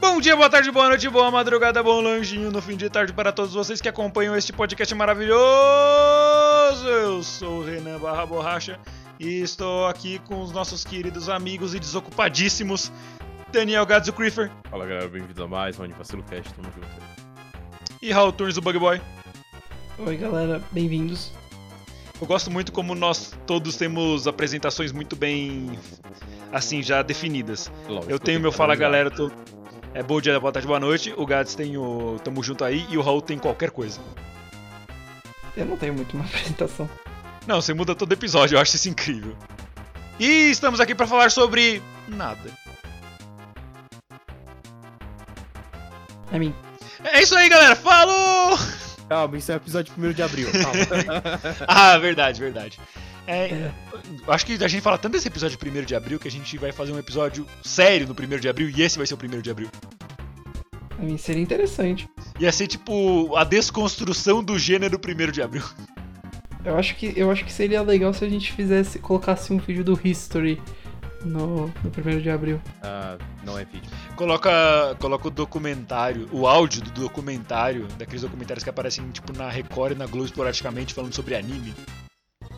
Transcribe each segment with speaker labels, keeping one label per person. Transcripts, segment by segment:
Speaker 1: Bom dia, boa tarde, boa noite, boa madrugada, bom lanchinho no fim de tarde para todos vocês que acompanham este podcast maravilhoso. Eu sou o Renan Barra Borracha e estou aqui com os nossos queridos amigos e desocupadíssimos Daniel Gadzo Creeper
Speaker 2: Fala galera, bem-vindos a mais um Anivacilo Cast, tamo junto.
Speaker 1: e Raul Turns do Bug Boy.
Speaker 3: Oi galera, bem-vindos.
Speaker 1: Eu gosto muito como nós todos temos apresentações muito bem assim já definidas.
Speaker 2: Lógico,
Speaker 1: Eu tenho meu
Speaker 2: cara,
Speaker 1: Fala
Speaker 2: já.
Speaker 1: Galera, eu tô... é bom dia, boa tarde, boa noite. O Gads tem o Tamo Junto aí e o Raul tem qualquer coisa.
Speaker 3: Eu não tenho muito uma apresentação.
Speaker 1: Não, você muda todo episódio, eu acho isso incrível. E estamos aqui pra falar sobre nada.
Speaker 3: I mean,
Speaker 1: É isso aí, galera. Falou!
Speaker 2: Calma, isso é o episódio 1 de abril, calma.
Speaker 1: ah, verdade, verdade. É, eu acho que a gente fala tanto desse episódio de 1 de abril que a gente vai fazer um episódio sério no 1 de abril e esse vai ser o 1 de abril.
Speaker 3: I mean, seria interessante.
Speaker 1: Ia ser tipo a desconstrução do gênero 1 de abril.
Speaker 3: Eu acho que eu acho que seria legal se a gente fizesse colocasse um vídeo do History no, no primeiro de abril.
Speaker 2: ah, não é vídeo.
Speaker 1: Coloca, coloca o documentário, o áudio do documentário, daqueles documentários que aparecem tipo na Record e na Globo esporadicamente falando sobre anime.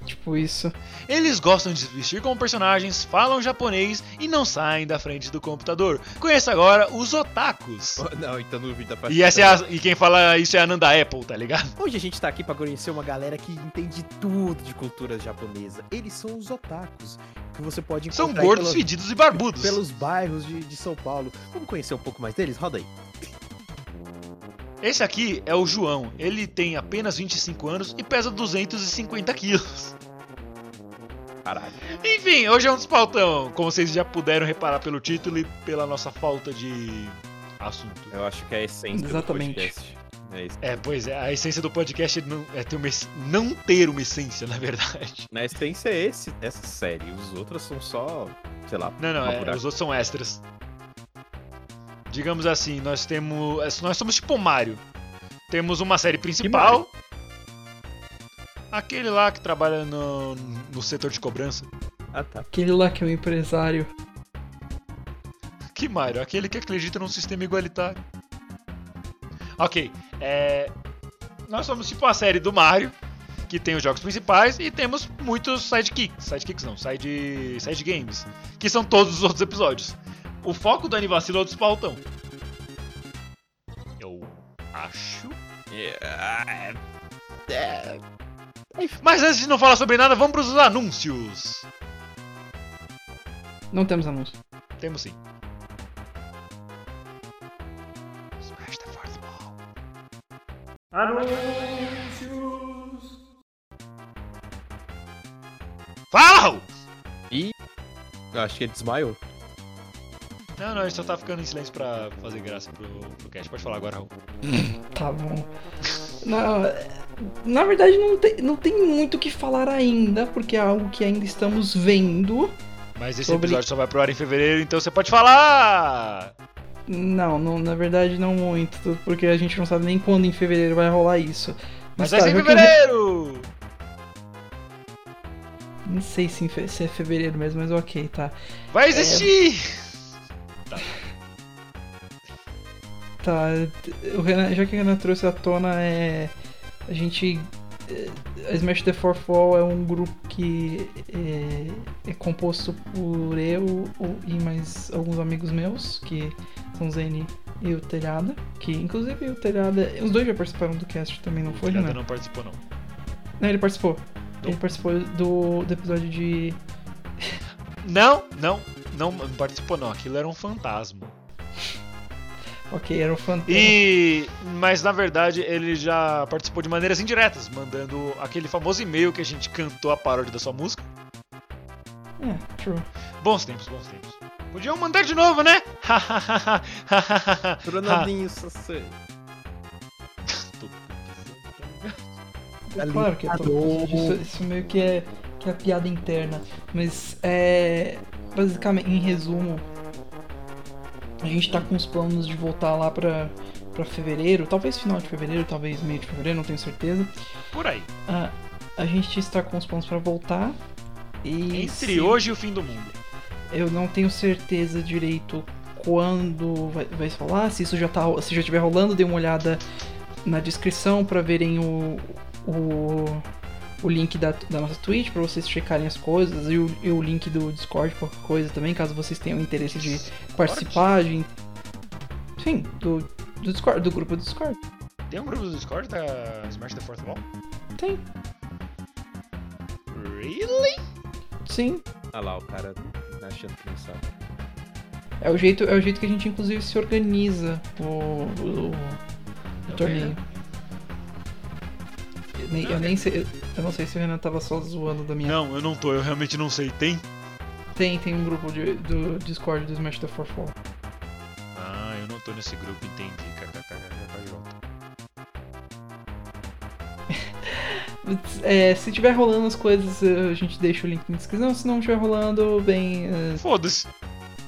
Speaker 3: Tipo isso.
Speaker 1: Eles gostam de se vestir como personagens, falam japonês e não saem da frente do computador. Conheça agora os otakus.
Speaker 2: Não, então no vídeo da parte.
Speaker 1: E, essa é a- e quem fala isso é a Nanda Apple, tá ligado?
Speaker 4: Hoje a gente tá aqui pra conhecer uma galera que entende tudo de cultura japonesa. Eles são os otakus, que você pode encontrar
Speaker 1: São
Speaker 4: aí
Speaker 1: gordos,
Speaker 4: pelos,
Speaker 1: fedidos e barbudos.
Speaker 4: pelos bairros de, de São Paulo. Vamos conhecer um pouco mais deles? Roda aí.
Speaker 1: Esse aqui é o João. Ele tem apenas 25 anos e pesa 250 quilos.
Speaker 2: Caralho.
Speaker 1: Enfim, hoje é um despautão, como vocês já puderam reparar pelo título e pela nossa falta de assunto.
Speaker 2: Eu acho que é a essência
Speaker 3: Exatamente.
Speaker 2: do podcast. É isso.
Speaker 1: É, pois é, a essência do podcast é não, é ter uma es- não ter uma essência, na verdade.
Speaker 2: Na essência é esse, essa série, os outros são só, sei lá.
Speaker 1: Não, não,
Speaker 2: uma
Speaker 1: é,
Speaker 2: buraca.
Speaker 1: os outros são extras. Digamos assim, nós temos. é, Nós somos tipo Mario. Temos uma série principal. Aquele lá que trabalha no, no setor de cobrança.
Speaker 2: Ah tá.
Speaker 3: Aquele lá que é o empresário.
Speaker 1: Que Mario? Aquele que acredita num sistema igualitário. Ok, é. Nós somos tipo a série do Mario, que tem os jogos principais, e temos muitos sidekicks. Sidekicks não, side, side games. Que são todos os outros episódios. O foco do Anivacilo é o despautão. Eu acho. Mas antes de não falar sobre nada, vamos pros anúncios.
Speaker 3: Não temos anúncio.
Speaker 1: Temos sim. Smash the fourth wall. Anúncios! Fala! Raul!
Speaker 2: Eu acho que ele desmaiou.
Speaker 1: Não, não, a gente só tá ficando em silêncio pra fazer graça pro, pro cast. Pode falar agora, Raul.
Speaker 3: Tá bom. Não, é- na verdade não tem, não tem muito o que falar ainda, porque é algo que ainda estamos vendo.
Speaker 1: Mas esse
Speaker 3: Sobre-
Speaker 1: episódio só vai pro ar em fevereiro, então você pode falar!
Speaker 3: Não, não, na verdade não muito, porque a gente não sabe nem quando em fevereiro vai rolar isso.
Speaker 1: Mas
Speaker 3: tá,
Speaker 1: vai ser em
Speaker 3: viu que eu re-
Speaker 1: fevereiro!
Speaker 3: Não sei se, em fe- se é fevereiro mesmo, mas ok, tá.
Speaker 1: Vai existir!
Speaker 3: Tá. O Renan- já que o Renan trouxe à tona, é. A gente. é, A Smash The Fourth Wall é um grupo que é, é composto por eu o- e mais alguns amigos meus, que são o Zene e o Telhada. Que inclusive o Telhada. Os dois já participaram do cast também, É, não foi,
Speaker 1: Ele
Speaker 3: Renan?
Speaker 1: ainda não participou, não.
Speaker 3: Não, ele participou.
Speaker 1: Não.
Speaker 3: Ele participou do, do episódio de.
Speaker 1: Não, não, não participou, não. Aquilo era um fantasma.
Speaker 3: Ok, era um fantasma.
Speaker 1: E mas na verdade ele já participou de maneiras indiretas, mandando aquele famoso e-mail que a gente cantou a paródia da sua música.
Speaker 3: É, true.
Speaker 1: Bons tempos, bons tempos. Podiam mandar de novo, né?
Speaker 2: Tronadinho, Sassani.
Speaker 3: É claro que eu tô isso, isso meio que é, que é piada interna. Mas é. Basicamente, em resumo, a gente tá com os planos de voltar lá pra, pra fevereiro, talvez final de fevereiro, talvez meio de fevereiro, não tenho certeza.
Speaker 1: Por aí.
Speaker 3: Ah, a gente está com os planos pra voltar. E
Speaker 1: Entre
Speaker 3: se-
Speaker 1: hoje e o fim do mundo.
Speaker 3: eu não tenho certeza direito quando vai, vai rolar, se isso já tá, ro- se já estiver rolando, dê uma olhada na descrição pra verem o, o, o link da, da nossa Twitch pra vocês checarem as coisas e o, e o link do Discord qualquer coisa também, caso vocês tenham interesse de participar, de, enfim, do, do Discord, do grupo do Discord.
Speaker 1: Tem um grupo do Discord da Smash the Fourth Wall?
Speaker 3: Tem,
Speaker 1: Really?
Speaker 3: sim.
Speaker 2: Olha lá, o cara achando que não sabe.
Speaker 3: É o jeito, é o jeito que a gente inclusive se organiza o, o- o torneio. Eu nem, eu nem sei, eu, eu não sei se o Renan tava só zoando da minha.
Speaker 1: Não, eu não tô, eu realmente não sei. Tem?
Speaker 3: Tem, tem um grupo de- do Discord do Smash the Forfall.
Speaker 1: Ah, eu não tô nesse grupo, entendi. KKKKKJ.
Speaker 3: É, se tiver rolando as coisas, eh, a gente deixa o link na descrição. Se não estiver rolando, bem. eh,
Speaker 1: Foda-se.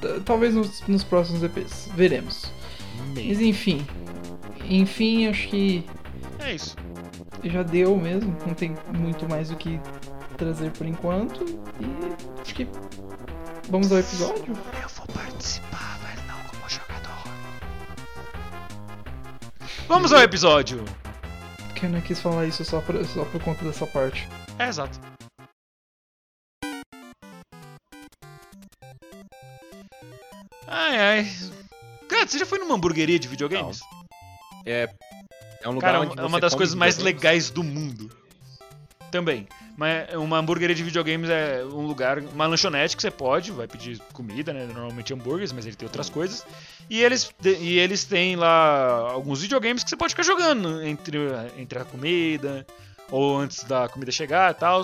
Speaker 3: t- talvez nos, nos próximos EPs. Veremos. Mas enfim. Enfim, acho que
Speaker 1: É isso.
Speaker 3: já deu mesmo. Não tem muito mais o que trazer por enquanto. E acho que vamos ao episódio.
Speaker 1: Eu vou participar, mas não como jogador. Vamos ao episódio!
Speaker 3: Porque eu não quis falar isso só por, só por conta dessa parte.
Speaker 1: É, exato. Ai, ai. Cara, você já foi numa hamburgueria de videogames?
Speaker 2: É. É um lugar
Speaker 1: Cara,
Speaker 2: onde
Speaker 1: é uma
Speaker 2: você
Speaker 1: das
Speaker 2: come
Speaker 1: coisas mais
Speaker 2: videogames.
Speaker 1: legais do mundo. Também. Mas é uma hamburgueria de videogames é um lugar, uma lanchonete que você pode, vai pedir comida, né? Normalmente hambúrgueres, mas ele tem outras coisas. E eles, e eles têm lá alguns videogames que você pode ficar jogando entre, entre a comida ou antes da comida chegar e tal.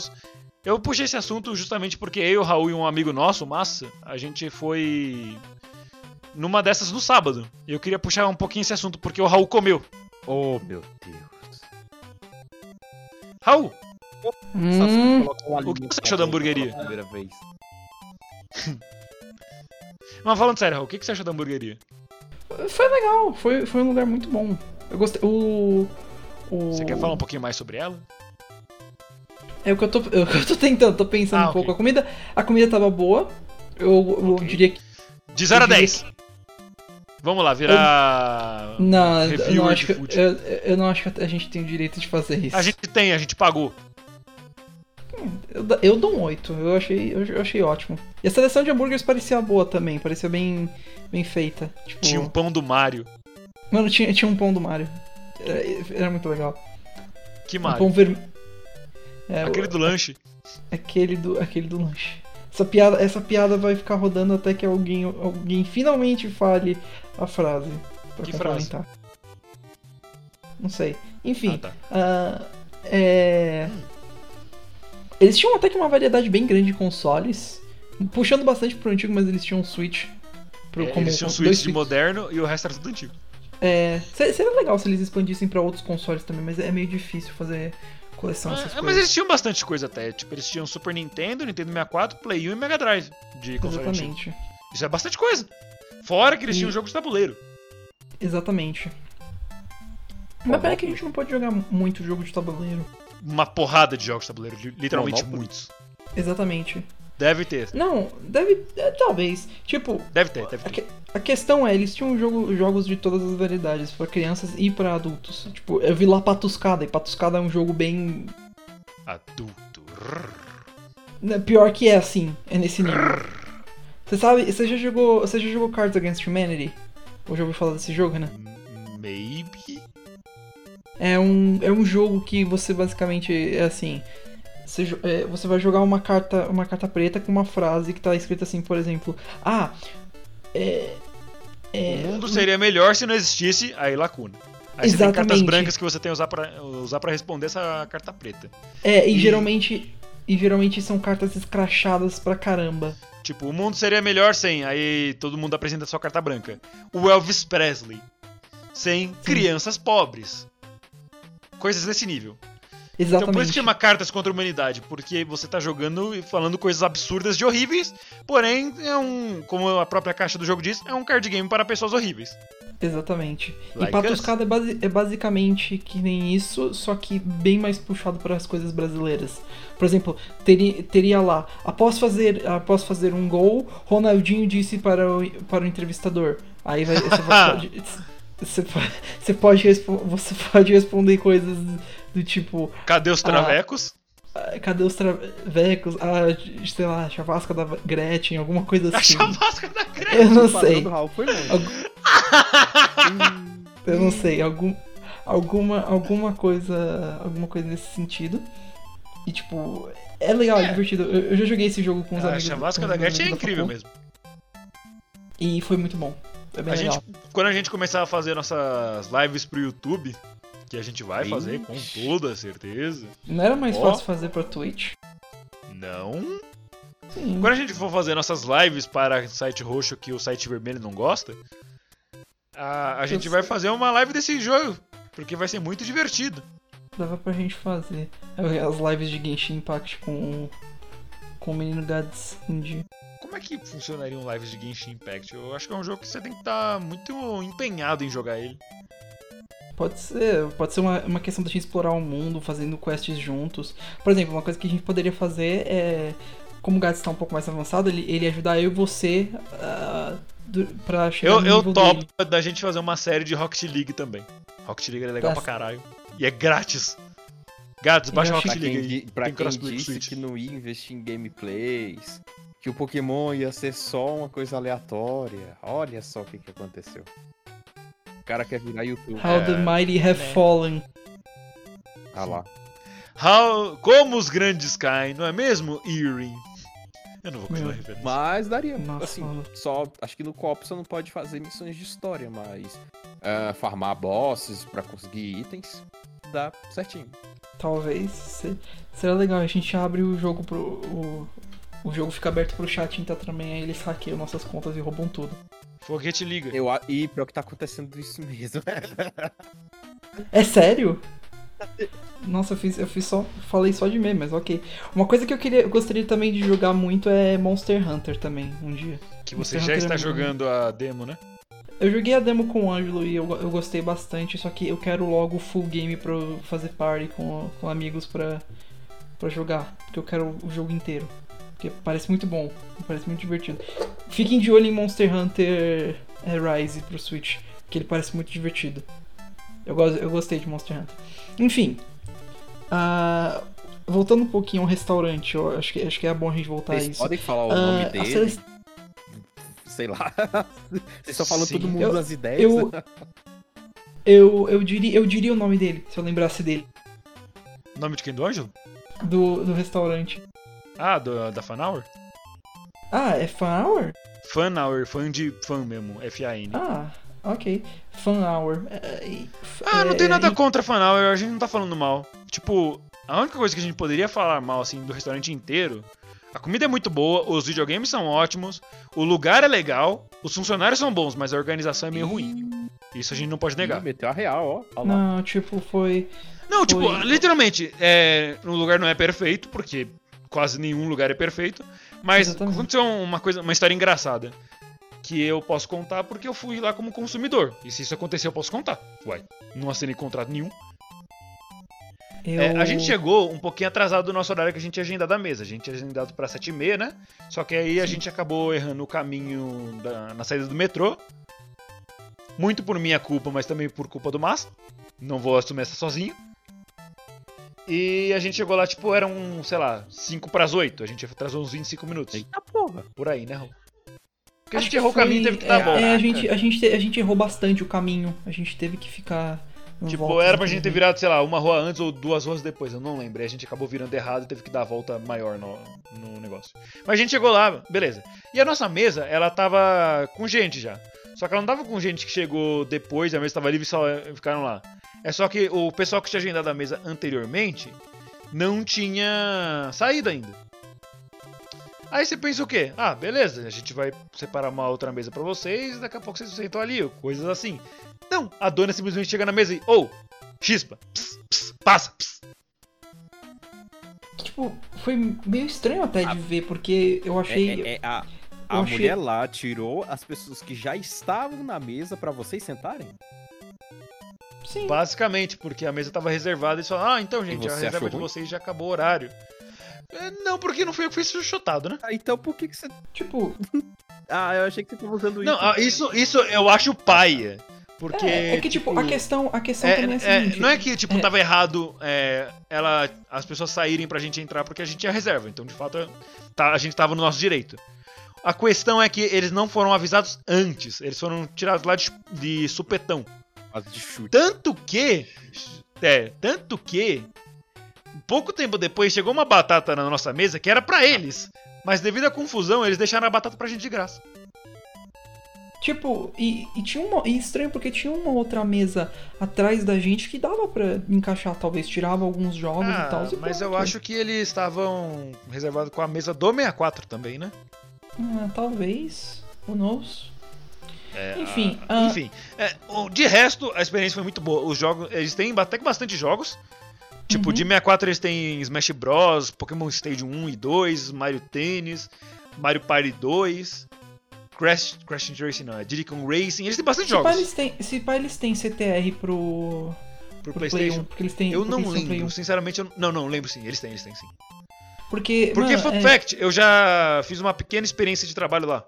Speaker 1: Eu puxei esse assunto justamente porque eu, o Raul e um amigo nosso, o Massa, a gente foi numa dessas no sábado. E eu queria puxar um pouquinho esse assunto porque o Raul comeu.
Speaker 2: Oh, meu Deus.
Speaker 1: Raul,
Speaker 2: Sasuke
Speaker 3: Hum,
Speaker 2: colocou um
Speaker 1: que
Speaker 2: alimento
Speaker 1: você achou da
Speaker 2: na boca
Speaker 1: hamburgueria?
Speaker 2: pela Primeira vez.
Speaker 1: Mas falando sério, Raul, o que que você achou da hamburgueria?
Speaker 3: foi legal. Foi, foi um lugar muito bom. Eu gostei. O. o-
Speaker 1: Você quer falar um pouquinho mais sobre ela?
Speaker 3: É o que eu tô, é o que eu tô tentando, tô pensando
Speaker 1: Ah,
Speaker 3: um
Speaker 1: ok.
Speaker 3: pouco. A comida, a comida tava boa. Eu, eu
Speaker 1: Ok.
Speaker 3: diria que.
Speaker 1: De 0 a
Speaker 3: diria
Speaker 1: 10. Vamos lá, virar.
Speaker 3: Não, eu
Speaker 1: Reviewer
Speaker 3: não,
Speaker 1: de
Speaker 3: acho que,
Speaker 1: food.
Speaker 3: eu, eu não acho que a gente tem o direito de fazer isso.
Speaker 1: A gente tem, a gente pagou.
Speaker 3: Eu, da- eu dou um 8, eu achei, eu, eu achei ótimo. E a seleção de hambúrgueres parecia boa também, parecia bem, bem feita. Tipo,
Speaker 1: Tinha um pão do Mario.
Speaker 3: Mano, tinha, tinha um pão do Mario. Era, era muito legal.
Speaker 1: Que
Speaker 3: Um
Speaker 1: Mario?
Speaker 3: pão vermelho. É, o-
Speaker 1: Aquele do lanche.
Speaker 3: aquele do, aquele do lanche. Essa piada, essa piada vai ficar rodando até que alguém, alguém finalmente fale a frase. Pra
Speaker 1: Que
Speaker 3: complementar. Não sei. Enfim.
Speaker 1: Ah, tá.
Speaker 3: Ah, é... Eles tinham até que uma variedade bem grande de consoles, puxando bastante pro antigo, mas eles tinham um Switch. pro-
Speaker 1: É,
Speaker 3: como-
Speaker 1: eles tinham
Speaker 3: dois
Speaker 1: suíte de
Speaker 3: Switch.
Speaker 1: moderno e o resto era tudo antigo.
Speaker 3: É, se- seria legal se eles expandissem pra outros consoles também, mas é meio difícil fazer coleção dessas
Speaker 1: Ah,
Speaker 3: coisas.
Speaker 1: mas eles tinham bastante coisa até. Tipo, eles tinham Super Nintendo, Nintendo 64, Play 1 e Mega Drive de console antigo.
Speaker 3: Exatamente.
Speaker 1: Isso é bastante coisa. Fora que eles
Speaker 3: E-
Speaker 1: tinham jogos de tabuleiro.
Speaker 3: Exatamente. Mas pena que a gente não pode jogar muito jogo de tabuleiro.
Speaker 1: Uma porrada de jogos de tabuleiro, li- literalmente
Speaker 2: Monopoly.
Speaker 1: muitos.
Speaker 3: Exatamente.
Speaker 1: Deve ter,
Speaker 3: Não, deve. é, talvez. Tipo,
Speaker 1: deve ter, deve ter.
Speaker 3: A, que- a questão é, eles tinham jogo- jogos de todas as variedades, pra crianças e pra adultos. Tipo, eu vi lá Patuscada, e Patuscada é um jogo bem.
Speaker 1: Adulto.
Speaker 3: né, Pior que é assim, é nesse nível. Você sabe, você já jogou. Você já jogou Cards Against Humanity? Ou já ouviu falar desse jogo, né?
Speaker 1: Maybe?
Speaker 3: É um, é um jogo que você basicamente é assim. Você, jo- é, você vai jogar uma carta, uma carta preta com uma frase que tá escrita assim, por exemplo, ah, é,
Speaker 1: O mundo seria melhor se não existisse aí lacuna. Aí você tem cartas
Speaker 3: Exatamente.
Speaker 1: brancas que você tem que usar pra, usar pra responder essa carta preta.
Speaker 3: É, e geralmente. E geralmente são cartas escrachadas pra caramba.
Speaker 1: Tipo, o mundo seria melhor sem. Aí todo mundo apresenta sua carta branca. O Elvis Presley. Sem crianças pobres. Coisas desse nível.
Speaker 3: Exatamente.
Speaker 1: Então por isso que chama cartas contra a humanidade, porque você tá jogando e falando coisas absurdas de horríveis, porém, é um. Como a própria caixa do jogo diz, é um card game para pessoas horríveis.
Speaker 3: Exatamente.
Speaker 1: Like
Speaker 3: e
Speaker 1: us.
Speaker 3: Patuscada é, basi- é basicamente que nem isso, só que bem mais puxado para as coisas brasileiras. Por exemplo, teria, teria lá, após fazer, após fazer um gol, Ronaldinho disse para o, para o entrevistador. Aí vai, você pode. Você pode, você, pode respo- você pode responder coisas do tipo,
Speaker 1: Cadê os travecos?
Speaker 3: ah, cadê os travecos? Ah, sei lá, chavasca da Gretchen, alguma coisa
Speaker 1: a
Speaker 3: assim.
Speaker 1: chavasca da Gretchen.
Speaker 3: Eu não
Speaker 4: O padrão
Speaker 3: sei.
Speaker 4: do Raul foi longe.
Speaker 3: Eu não sei, algum, alguma, alguma coisa. Alguma coisa nesse sentido. E tipo, é legal, é, divertido. Eu, eu já joguei esse jogo com os
Speaker 1: A
Speaker 3: amigos.
Speaker 1: chavasca
Speaker 3: com
Speaker 1: Ah, da
Speaker 3: os
Speaker 1: Gretchen é
Speaker 3: amigos
Speaker 1: incrível
Speaker 3: Facul,
Speaker 1: mesmo.
Speaker 3: E foi muito bom. É bem
Speaker 1: A
Speaker 3: legal.
Speaker 1: gente, quando a gente começar a fazer nossas lives pro YouTube, que a gente vai fazer com toda certeza.
Speaker 3: Não era mais
Speaker 1: Ó.
Speaker 3: fácil fazer pra Twitch?
Speaker 1: Não.
Speaker 3: Sim.
Speaker 1: Quando a gente for fazer nossas lives para site roxo que o site vermelho não gosta, a, a gente
Speaker 3: sei.
Speaker 1: vai fazer uma live desse jogo. Porque vai ser muito divertido.
Speaker 3: Dava pra gente fazer. As lives de Genshin Impact com. Com o menino Gads um dia.
Speaker 1: Como é que funcionariam lives de Genshin Impact? Eu acho que é um jogo que você tem que estar muito empenhado em jogar ele.
Speaker 3: Pode ser, pode ser uma, uma questão da gente explorar o mundo, fazendo quests juntos. Por exemplo, uma coisa que a gente poderia fazer é. Como o Gats está um pouco mais avançado, ele, ele ajudar eu e você ah, du- pra chegar
Speaker 1: Eu,
Speaker 3: no
Speaker 1: eu
Speaker 3: nível
Speaker 1: topo
Speaker 3: dele.
Speaker 1: da gente fazer uma série de Rocket League também. Rocket League é legal
Speaker 3: Tá
Speaker 1: pra caralho. E é grátis. Gatos, baixa
Speaker 3: Eu acho
Speaker 1: Rocket
Speaker 2: Pra
Speaker 1: League
Speaker 2: quem,
Speaker 1: aí.
Speaker 2: di- pra
Speaker 1: Tem
Speaker 2: quem
Speaker 1: crossplay com
Speaker 2: disse
Speaker 1: Switch.
Speaker 2: que não ia investir em gameplays, que o Pokémon ia ser só uma coisa aleatória. Olha só o que, que aconteceu. O cara quer virar YouTube.
Speaker 3: How the Mighty Have Fallen.
Speaker 2: Ah lá.
Speaker 1: How- como os grandes caem, não é mesmo, Earring? Eu não vou continuar
Speaker 3: Meu
Speaker 1: referência.
Speaker 2: Mas daria,
Speaker 3: Nossa,
Speaker 2: assim,
Speaker 3: mano.
Speaker 2: só... Acho que no copo você não pode fazer missões de história, mas... ah, farmar bosses pra conseguir itens, dá certinho.
Speaker 3: Talvez. se- Será legal, a gente abre o jogo pro. O, o jogo fica aberto pro chat então também, aí eles hackeiam nossas contas e roubam tudo.
Speaker 1: Foguete liga.
Speaker 2: Eu, a- e pior que tá acontecendo isso mesmo.
Speaker 3: Tá É sério? Nossa, eu fiz, eu fiz só. Falei só de meme, mas ok. Uma coisa que eu queria, eu gostaria também de jogar muito é Monster Hunter também, um dia.
Speaker 1: Que você
Speaker 3: Monster
Speaker 1: já
Speaker 3: Hunter
Speaker 1: está
Speaker 3: é muito
Speaker 1: jogando a demo, né?
Speaker 3: Eu joguei a demo com o Ângelo e eu, go- eu gostei bastante, só que eu quero logo o full game pra eu fazer party com, com amigos pra, pra jogar. Porque eu quero o jogo inteiro. Porque parece muito bom, parece muito divertido. Fiquem de olho em Monster Hunter eh, Rise pro Switch, que ele parece muito divertido. Eu, gosto, eu gostei de Monster Hunter. Enfim. ah, voltando um pouquinho ao restaurante, eu acho que, acho que é bom a gente voltar a
Speaker 2: Vocês
Speaker 3: isso.
Speaker 2: podem falar o
Speaker 3: Ah,
Speaker 2: nome
Speaker 3: a
Speaker 2: dele?
Speaker 3: Celest-
Speaker 2: Sei lá. Vocês estão falando
Speaker 1: Sim.
Speaker 2: todo mundo
Speaker 3: Eu-
Speaker 2: nas ideias.
Speaker 3: Eu, eu, eu, diria, eu diria o nome dele, se eu lembrasse dele.
Speaker 1: Nome de quem? Do Ângelo?
Speaker 3: do, do restaurante.
Speaker 1: Ah, do- da Fanhour?
Speaker 3: Ah, é fan hour?
Speaker 1: Fanhour, fã de fã mesmo, F-A-N.
Speaker 3: Ah, ok. Fan hour. É, e-
Speaker 1: Ah, não
Speaker 3: é,
Speaker 1: tem nada
Speaker 3: e-
Speaker 1: contra a Fanhour, a gente não tá falando mal. Tipo, a única coisa que a gente poderia falar mal, assim, do restaurante inteiro... A comida é muito boa, os videogames são ótimos, o lugar é legal, os funcionários são bons, mas a organização é meio ruim. Isso a gente não pode negar.
Speaker 2: Ih, né? meteu a real, ó. Olha lá.
Speaker 3: Não, tipo, foi.
Speaker 1: Não, tipo,
Speaker 3: Foi-
Speaker 1: literalmente, é, o lugar não é perfeito, porque quase nenhum lugar é perfeito. Mas
Speaker 3: Exatamente.
Speaker 1: aconteceu uma coisa, uma história engraçada. Que eu posso contar porque eu fui lá como consumidor. E se isso acontecer, eu posso contar. Uai, não assinei contrato nenhum.
Speaker 3: Eu...
Speaker 1: É, a gente chegou um pouquinho atrasado do nosso horário que a gente tinha agendado a mesa. A gente tinha agendado pra 7h30, né? Só que aí a gente acabou errando o caminho da- na saída do metrô. Muito por minha culpa, mas também por culpa do Massa. Não vou assumir essa sozinho. E a gente chegou lá, tipo, eram, sei lá, 5 pras 8. A gente atrasou uns 25 minutos.
Speaker 2: Eita porra.
Speaker 1: Por aí, né, Raul? Porque a
Speaker 3: Acho
Speaker 1: gente
Speaker 3: que
Speaker 1: errou
Speaker 3: foi-
Speaker 1: o caminho e teve que dar
Speaker 3: é,
Speaker 1: a volta.
Speaker 3: É, a gente, a, gente, te- a gente errou bastante o caminho. A gente teve que ficar. assim. nas
Speaker 1: Tipo,
Speaker 3: voltas,
Speaker 1: era pra gente ter
Speaker 3: entendeu?
Speaker 1: virado, sei lá, uma rua antes ou duas ruas depois, eu não lembro. Aí a gente acabou virando errado e teve que dar a volta maior no, no negócio. Mas a gente chegou lá, beleza. E a nossa mesa, ela tava com gente já. Só que ela não tava com gente que chegou depois, a mesa tava livre e só ficaram lá. É só que o pessoal que tinha agendado a mesa anteriormente não tinha saído ainda. Aí você pensa o quê? Ah, beleza, a gente vai separar uma outra mesa pra vocês, daqui a pouco vocês sentam ali, ou coisas assim. Não, a dona simplesmente chega na mesa e, ou, chispa, ps, ps, passa, ps.
Speaker 3: Tipo, foi meio estranho até
Speaker 1: Ah.
Speaker 3: de ver, porque eu achei.
Speaker 2: É, é, é, a a
Speaker 3: Eu achei-
Speaker 2: mulher lá tirou as pessoas que já estavam na mesa pra vocês sentarem?
Speaker 1: é.
Speaker 3: Sim.
Speaker 1: Basicamente, porque a mesa tava reservada e só, ah, então gente, a
Speaker 2: você
Speaker 1: reserva
Speaker 2: achou
Speaker 1: de
Speaker 2: ruim?
Speaker 1: vocês já acabou o horário. É, não, porque não foi eu que fiz chutado, né?
Speaker 2: Ah, então por que, que você.
Speaker 3: Tipo,
Speaker 2: Ah, eu achei que você tava usando
Speaker 1: Não, ah, isso, isso eu acho paia. Porque.
Speaker 3: é, é que, tipo, a questão, a questão
Speaker 1: é,
Speaker 3: também é a
Speaker 1: é,
Speaker 3: seguinte.
Speaker 1: não é que, tipo,
Speaker 3: é.
Speaker 1: tava errado é, ela, as pessoas saírem pra gente entrar porque a gente tinha reserva. Então, de fato, é- tá- a gente tava no nosso direito. A questão é que eles não foram avisados antes. Eles foram tirados lá de, de supetão.
Speaker 2: de chute.
Speaker 1: Tanto que. É, tanto que. Pouco tempo depois chegou uma batata na nossa mesa que era pra eles. Mas devido à confusão, eles deixaram a batata pra gente de graça.
Speaker 3: Tipo, e, e tinha uma. E estranho porque tinha uma outra mesa atrás da gente que dava pra encaixar, talvez. Tirava alguns jogos e tal.
Speaker 1: Ah,
Speaker 3: e
Speaker 1: mas eu
Speaker 3: pronto.
Speaker 1: acho que eles estavam reservados com a mesa do 64 também, né?
Speaker 3: Ah, talvez. Who knows? Enfim,
Speaker 1: Ah,
Speaker 3: ah,
Speaker 1: Enfim, é, o- de resto, a experiência foi muito boa. Os jogos, eles têm até que bastante jogos. Tipo,
Speaker 3: Uhum.
Speaker 1: de 64 eles têm Smash Bros, Pokémon Stage 1 e 2, Mario Tennis, Mario Party 2, Crash, Crash Team Racing não, é Diddy Kong Racing. Eles têm bastante
Speaker 3: ah, se pá,
Speaker 1: jogos
Speaker 3: eles têm, se pá, eles têm CTR pro,
Speaker 1: pro
Speaker 3: pro Play 1,
Speaker 1: PlayStation.
Speaker 3: porque eles têm.
Speaker 1: Eu
Speaker 3: porque
Speaker 1: não
Speaker 3: eles têm Play
Speaker 1: lembro,
Speaker 3: 1.
Speaker 1: sinceramente, eu não- não, não lembro sim, eles têm, eles têm sim.
Speaker 3: Porque,
Speaker 1: Porque,
Speaker 3: mano,
Speaker 1: fun
Speaker 3: é-
Speaker 1: fact, eu já fiz uma pequena experiência de trabalho lá.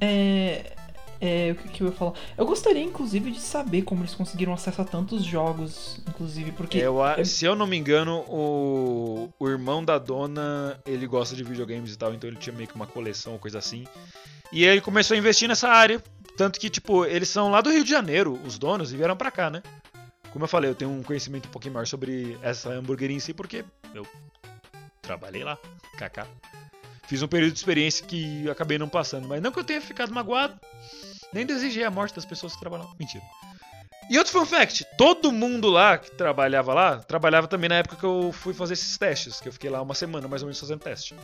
Speaker 3: É, é, o que, que eu ia falar? Eu gostaria, inclusive, de saber como eles conseguiram acesso a tantos jogos, inclusive, porque.
Speaker 1: Eu a-
Speaker 3: é-
Speaker 1: se eu não me engano, o, o irmão da dona, ele gosta de videogames e tal, então ele tinha meio que uma coleção, ou coisa assim. E ele começou a investir nessa área. Tanto que, tipo, eles são lá do Rio de Janeiro, os donos, e vieram pra cá, né? Como eu falei, eu tenho um conhecimento um pouquinho maior sobre essa hamburgueria em si, porque eu trabalhei lá, kaká. Fiz um período de experiência que acabei não passando, mas não que eu tenha ficado magoado, nem desejei a morte das pessoas que trabalham. lá. Mentira. E outro fun fact, todo mundo lá que trabalhava lá, trabalhava também na época que eu fui fazer esses testes, que eu fiquei lá uma semana mais ou menos fazendo teste.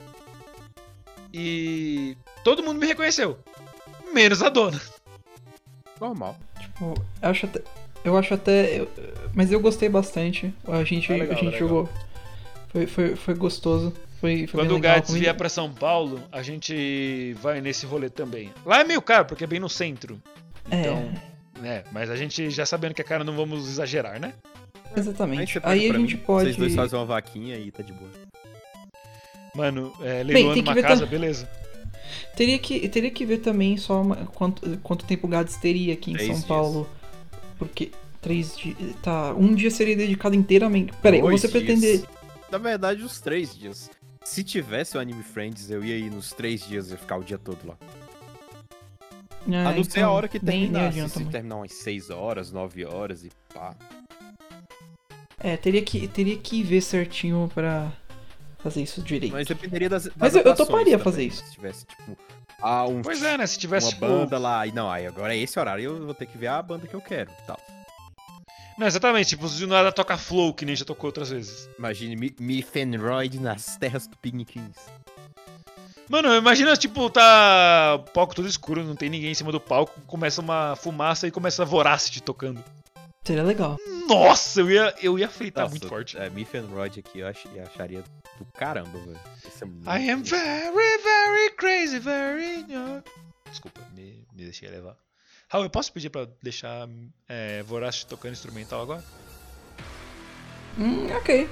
Speaker 1: E todo mundo me reconheceu, menos a dona.
Speaker 2: Normal.
Speaker 3: Tipo, eu acho até. Eu acho até. eu- mas eu gostei bastante. A gente,
Speaker 1: Ah, legal,
Speaker 3: a gente
Speaker 1: legal.
Speaker 3: jogou. Foi, foi, foi gostoso. Foi, foi
Speaker 1: Quando
Speaker 3: bem
Speaker 1: o
Speaker 3: legal.
Speaker 1: Gats vier pra São Paulo, a gente vai nesse rolê também. Lá é meio caro, porque é bem no centro.
Speaker 3: É.
Speaker 1: Então, né, mas a gente já sabendo que é caro, não vamos exagerar, né?
Speaker 2: Aí,
Speaker 3: Exatamente.
Speaker 2: você
Speaker 3: Aí,
Speaker 2: paga
Speaker 3: a
Speaker 2: pra
Speaker 3: gente
Speaker 2: mim,
Speaker 3: pode.
Speaker 2: Vocês dois fazem uma vaquinha e tá de boa.
Speaker 1: Mano, é,
Speaker 3: Bem,
Speaker 1: leiloando
Speaker 3: tem que
Speaker 1: uma
Speaker 3: ver
Speaker 1: casa, beleza.
Speaker 3: Teria que, teria que ver também só uma- quanto, quanto tempo o Gads teria aqui em
Speaker 2: Três
Speaker 3: São
Speaker 2: dias.
Speaker 3: Paulo. Porque três dias. Tá, um dia seria dedicado inteiramente. Peraí,
Speaker 2: Dois
Speaker 3: você
Speaker 2: dias.
Speaker 3: pretende.
Speaker 2: Na verdade, os três dias. Se tivesse o Anime Friends, eu ia ir nos três dias e ficar o dia todo lá.
Speaker 3: Ah,
Speaker 2: a não ser
Speaker 3: então,
Speaker 2: a hora que
Speaker 3: nem- nem
Speaker 2: terminasse.
Speaker 3: adianta
Speaker 2: se
Speaker 3: muito.
Speaker 2: terminar umas 6 horas, 9 horas e pá.
Speaker 3: É, teria que, teria que ver certinho pra fazer isso direito.
Speaker 2: Mas dependeria das. das
Speaker 3: Mas eu- eu
Speaker 2: atrações
Speaker 3: toparia
Speaker 2: também,
Speaker 3: fazer isso.
Speaker 2: Se tivesse, tipo, ah, um,
Speaker 1: Pois é, né? Se
Speaker 2: uma
Speaker 1: tivesse tipo,
Speaker 2: banda lá. E não, aí agora é esse horário, eu vou ter que ver a banda que eu quero. Tal.
Speaker 1: Não, exatamente, tipo, se do nada toca flow, que nem já tocou outras vezes.
Speaker 2: Imagine Mi- Mifenroid nas terras do Piniquins.
Speaker 1: Mano, imagina, tipo, tá o palco todo escuro, não tem ninguém em cima do palco, começa uma fumaça e começa a Voracity tocando.
Speaker 3: Seria legal.
Speaker 1: Nossa, eu ia, eu ia fritar
Speaker 2: Nossa,
Speaker 1: Tá muito forte.
Speaker 2: É, Mifenroid aqui eu, ach- eu acharia do caramba, velho. Isso é muito
Speaker 1: I am
Speaker 2: legal.
Speaker 1: very, very crazy, very... young. Desculpa, me, me deixei levar. Raul, eu posso pedir pra deixar é, Voracity tocando instrumental agora?
Speaker 3: Hum, ok.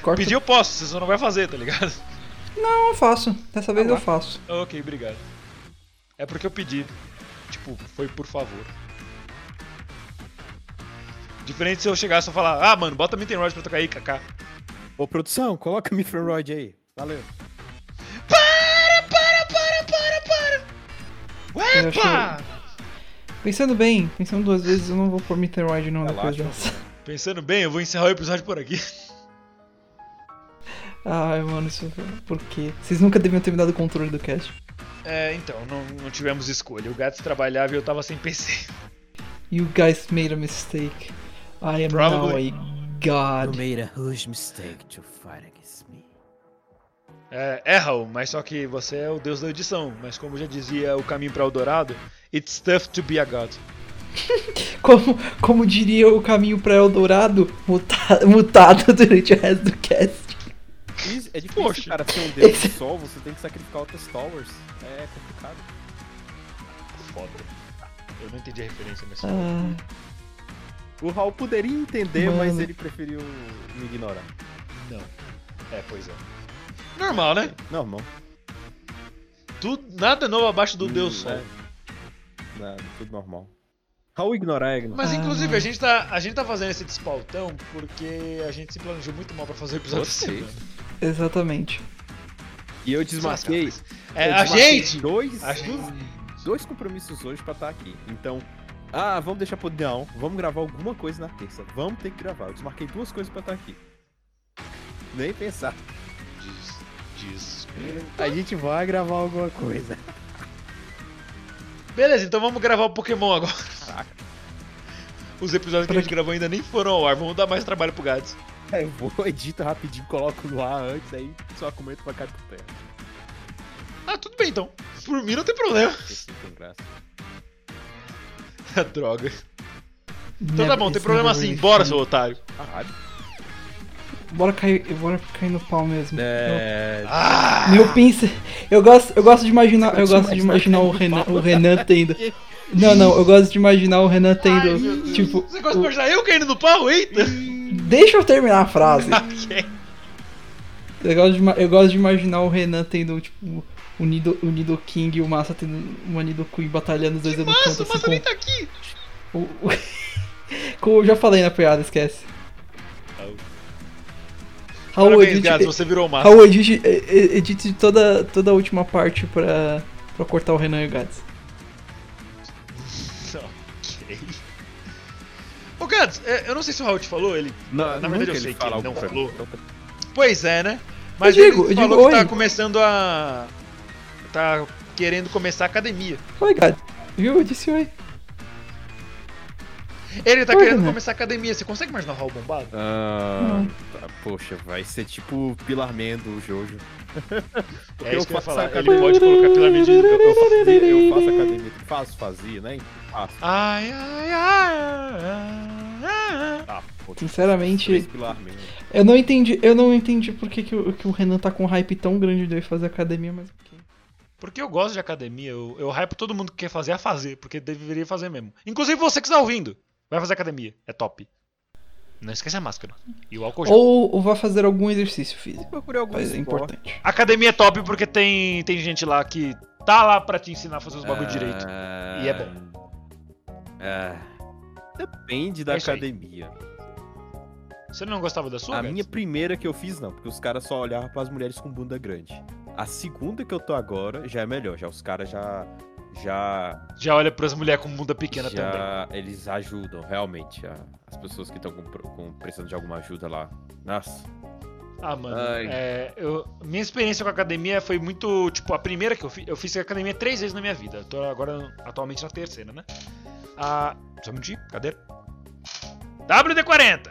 Speaker 3: Corta.
Speaker 1: Pedir eu posso, você só não vai fazer, tá ligado?
Speaker 3: Não, eu faço. Dessa vez
Speaker 1: Ah,
Speaker 3: eu
Speaker 1: lá.
Speaker 3: faço.
Speaker 1: Ok, obrigado. É porque eu pedi. Tipo, foi por favor. Diferente se eu chegasse e falar, ah, mano, bota Mitten Rod pra tocar aí, kaká.
Speaker 2: Ô, produção, coloca Mifenroid aí. Valeu.
Speaker 1: Para, para, para, para, para!
Speaker 3: Eu
Speaker 1: Uepa!
Speaker 3: achei- Pensando bem, pensando duas vezes, eu não vou pôr Meteoroid não
Speaker 2: Relaxa,
Speaker 3: depois dessa.
Speaker 1: Pensando bem, eu vou encerrar o episódio por aqui.
Speaker 3: Ai, mano, isso. Por quê? Vocês nunca deviam ter me dado o controle do cast.
Speaker 1: É, então, não, não tivemos escolha. O Gats trabalhava e eu tava sem PC.
Speaker 3: You guys made a mistake. I am
Speaker 1: Probably.
Speaker 3: now a god.
Speaker 4: made a huge mistake to fight against me.
Speaker 1: É, erram, mas só que você é o deus da edição. Mas como já dizia o caminho pra Eldorado, it's tough to be a god.
Speaker 3: Como, como diria o caminho pra Eldorado, muta- mutado durante o resto do cast.
Speaker 2: Isso- É difícil,
Speaker 1: Poxa.
Speaker 2: cara, ser um deus do sol, você tem que sacrificar outras towers. É complicado.
Speaker 1: Foda. Eu não entendi a referência, mas.
Speaker 3: Ah,
Speaker 2: O Raul poderia entender, mas
Speaker 3: Mano.
Speaker 2: ele preferiu me ignorar.
Speaker 1: Não. É, pois é. Normal, né?
Speaker 2: Não, não.
Speaker 1: Tudo, nada novo abaixo do
Speaker 2: Hum,
Speaker 1: Deus Sol.
Speaker 2: é. Não, tudo normal. Raul ignorar é ignorar.
Speaker 1: Mas
Speaker 3: Ah.
Speaker 1: inclusive a gente, tá, a gente tá fazendo esse despautão porque a gente se planejou muito mal pra fazer o episódio
Speaker 2: Vocês.
Speaker 1: desse ano.
Speaker 3: exatamente.
Speaker 2: E eu desmarquei.
Speaker 1: É,
Speaker 2: eu
Speaker 1: a
Speaker 2: desmarquei
Speaker 1: gente!
Speaker 2: Dois,
Speaker 1: A gente.
Speaker 2: dois compromissos hoje pra estar aqui. Então, ah, vamos deixar pro. Não, vamos gravar alguma coisa na terça. Vamos ter que gravar. Eu desmarquei duas coisas pra estar aqui. Nem pensar.
Speaker 1: Diz, diz.
Speaker 2: A gente vai gravar alguma coisa.
Speaker 1: Beleza, então vamos gravar o Pokémon agora. Os episódios que a gente gravou ainda nem foram ao ar, vamos dar mais trabalho pro Gads.
Speaker 2: É, eu vou, edito rapidinho, coloco no ar antes, aí só comento pra cá por terra.
Speaker 1: Ah, tudo bem então. Por mim não tem problema.
Speaker 2: Esse não tem graça.
Speaker 1: Droga. Então tá
Speaker 3: Never-
Speaker 1: bom, tem
Speaker 3: it's
Speaker 1: problema
Speaker 3: never
Speaker 1: sim.
Speaker 3: really
Speaker 1: Bora,
Speaker 3: fun.
Speaker 1: seu otário.
Speaker 2: Caralho.
Speaker 3: Bora cair, bora cair no pau mesmo.
Speaker 2: É.
Speaker 1: Ah!
Speaker 3: Meu pince. Eu gosto, eu gosto de imaginar, eu gosto de imaginar o Renan, o Renan tendo. Não, não, eu gosto de imaginar o Renan
Speaker 1: Ai, meu Deus.
Speaker 3: tendo, tipo,
Speaker 1: Você gosta de imaginar eu caindo no pau? Eita!
Speaker 3: deixa eu terminar a frase.
Speaker 1: Ok.
Speaker 3: Eu gosto de, ima- eu gosto de imaginar o Renan tendo, tipo, o Nido, o Nido King e o Massa tendo uma Nido Queen batalhando os dois no
Speaker 1: Mas
Speaker 3: canto,
Speaker 1: o
Speaker 3: assim,
Speaker 1: Massa nem
Speaker 3: com,
Speaker 1: tá aqui.
Speaker 3: o, o- Como eu já falei na piada, esquece.
Speaker 1: Raul.
Speaker 3: Raul,
Speaker 1: Parabéns,
Speaker 3: edite,
Speaker 1: Gads, você virou o Massa.
Speaker 3: Raul, edite, eh, edite toda, toda a última parte pra, pra cortar o Renan e o Gats.
Speaker 1: Ok. Ô, Gads, é, eu não sei se o Raul te falou, ele.
Speaker 2: Na,
Speaker 1: verdade,
Speaker 2: nunca
Speaker 1: eu sei que
Speaker 2: é fala
Speaker 1: ele
Speaker 2: algo
Speaker 1: não
Speaker 2: pra
Speaker 1: falou.
Speaker 2: mim. Então,
Speaker 1: Pois é, né? Mas
Speaker 3: Eu digo,
Speaker 1: ele
Speaker 3: eu
Speaker 1: falou
Speaker 3: digo,
Speaker 1: que tá
Speaker 3: oi.
Speaker 1: começando a. tá querendo começar a academia.
Speaker 3: Oi, Gats. Viu? Eu disse oi.
Speaker 1: Ele tá
Speaker 3: Oi,
Speaker 1: querendo
Speaker 3: Renan.
Speaker 1: começar a academia. Você consegue imaginar o Raul bombado?
Speaker 3: Hum.
Speaker 2: Ah, tá, poxa, vai ser tipo Pilarmendo o Jojo.
Speaker 1: é isso que eu ia
Speaker 2: faço
Speaker 1: falar. Ele
Speaker 2: academia-
Speaker 1: pode colocar pela medida.
Speaker 2: Eu, eu fazia- eu faço academia, faço, fazia, né? Faço.
Speaker 1: Ai, ai, ai, ai, ai.
Speaker 2: Tá, pô, três
Speaker 3: Sinceramente,
Speaker 2: Pilarmendo.
Speaker 3: eu não entendi, eu não entendi por que, que, o, que o Renan tá com um hype tão grande de eu ir fazer academia, mas ok.
Speaker 1: Porque eu gosto de academia. Eu, eu hypo todo mundo que quer fazer a fazer. Porque deveria fazer mesmo. Inclusive você que está ouvindo. Vai fazer academia. É top. Não esquece a máscara. E o álcool gel.
Speaker 3: Ou, ou vá fazer algum exercício físico.
Speaker 2: Procurei algum
Speaker 3: Mas é
Speaker 2: esporte.
Speaker 3: importante.
Speaker 1: Academia é top porque tem, tem gente lá que tá lá pra te ensinar a fazer os bagulho
Speaker 2: Ah,
Speaker 1: direito. E é bom.
Speaker 3: é.
Speaker 2: ah, depende da
Speaker 1: É isso aí.
Speaker 2: academia.
Speaker 1: Você não gostava da sua?
Speaker 2: A
Speaker 1: Gads?
Speaker 2: minha primeira que eu fiz, não, porque os caras só olhavam pras mulheres com bunda grande. A segunda que eu tô agora já é melhor, já os caras já. Já
Speaker 1: Já olha pras mulheres com bunda pequena também.
Speaker 2: já eles ajudam realmente a- as pessoas que estão com, pro- com- precisando de alguma ajuda lá. Nossa.
Speaker 1: Ah, mano.
Speaker 2: Ai.
Speaker 1: é, eu- minha experiência com a academia foi muito. Tipo, a primeira que eu fiz. Eu fiz academia três vezes na minha vida. Eu tô agora, atualmente, na terceira, né? Ah, só um minutinho, cadeira. WD-40!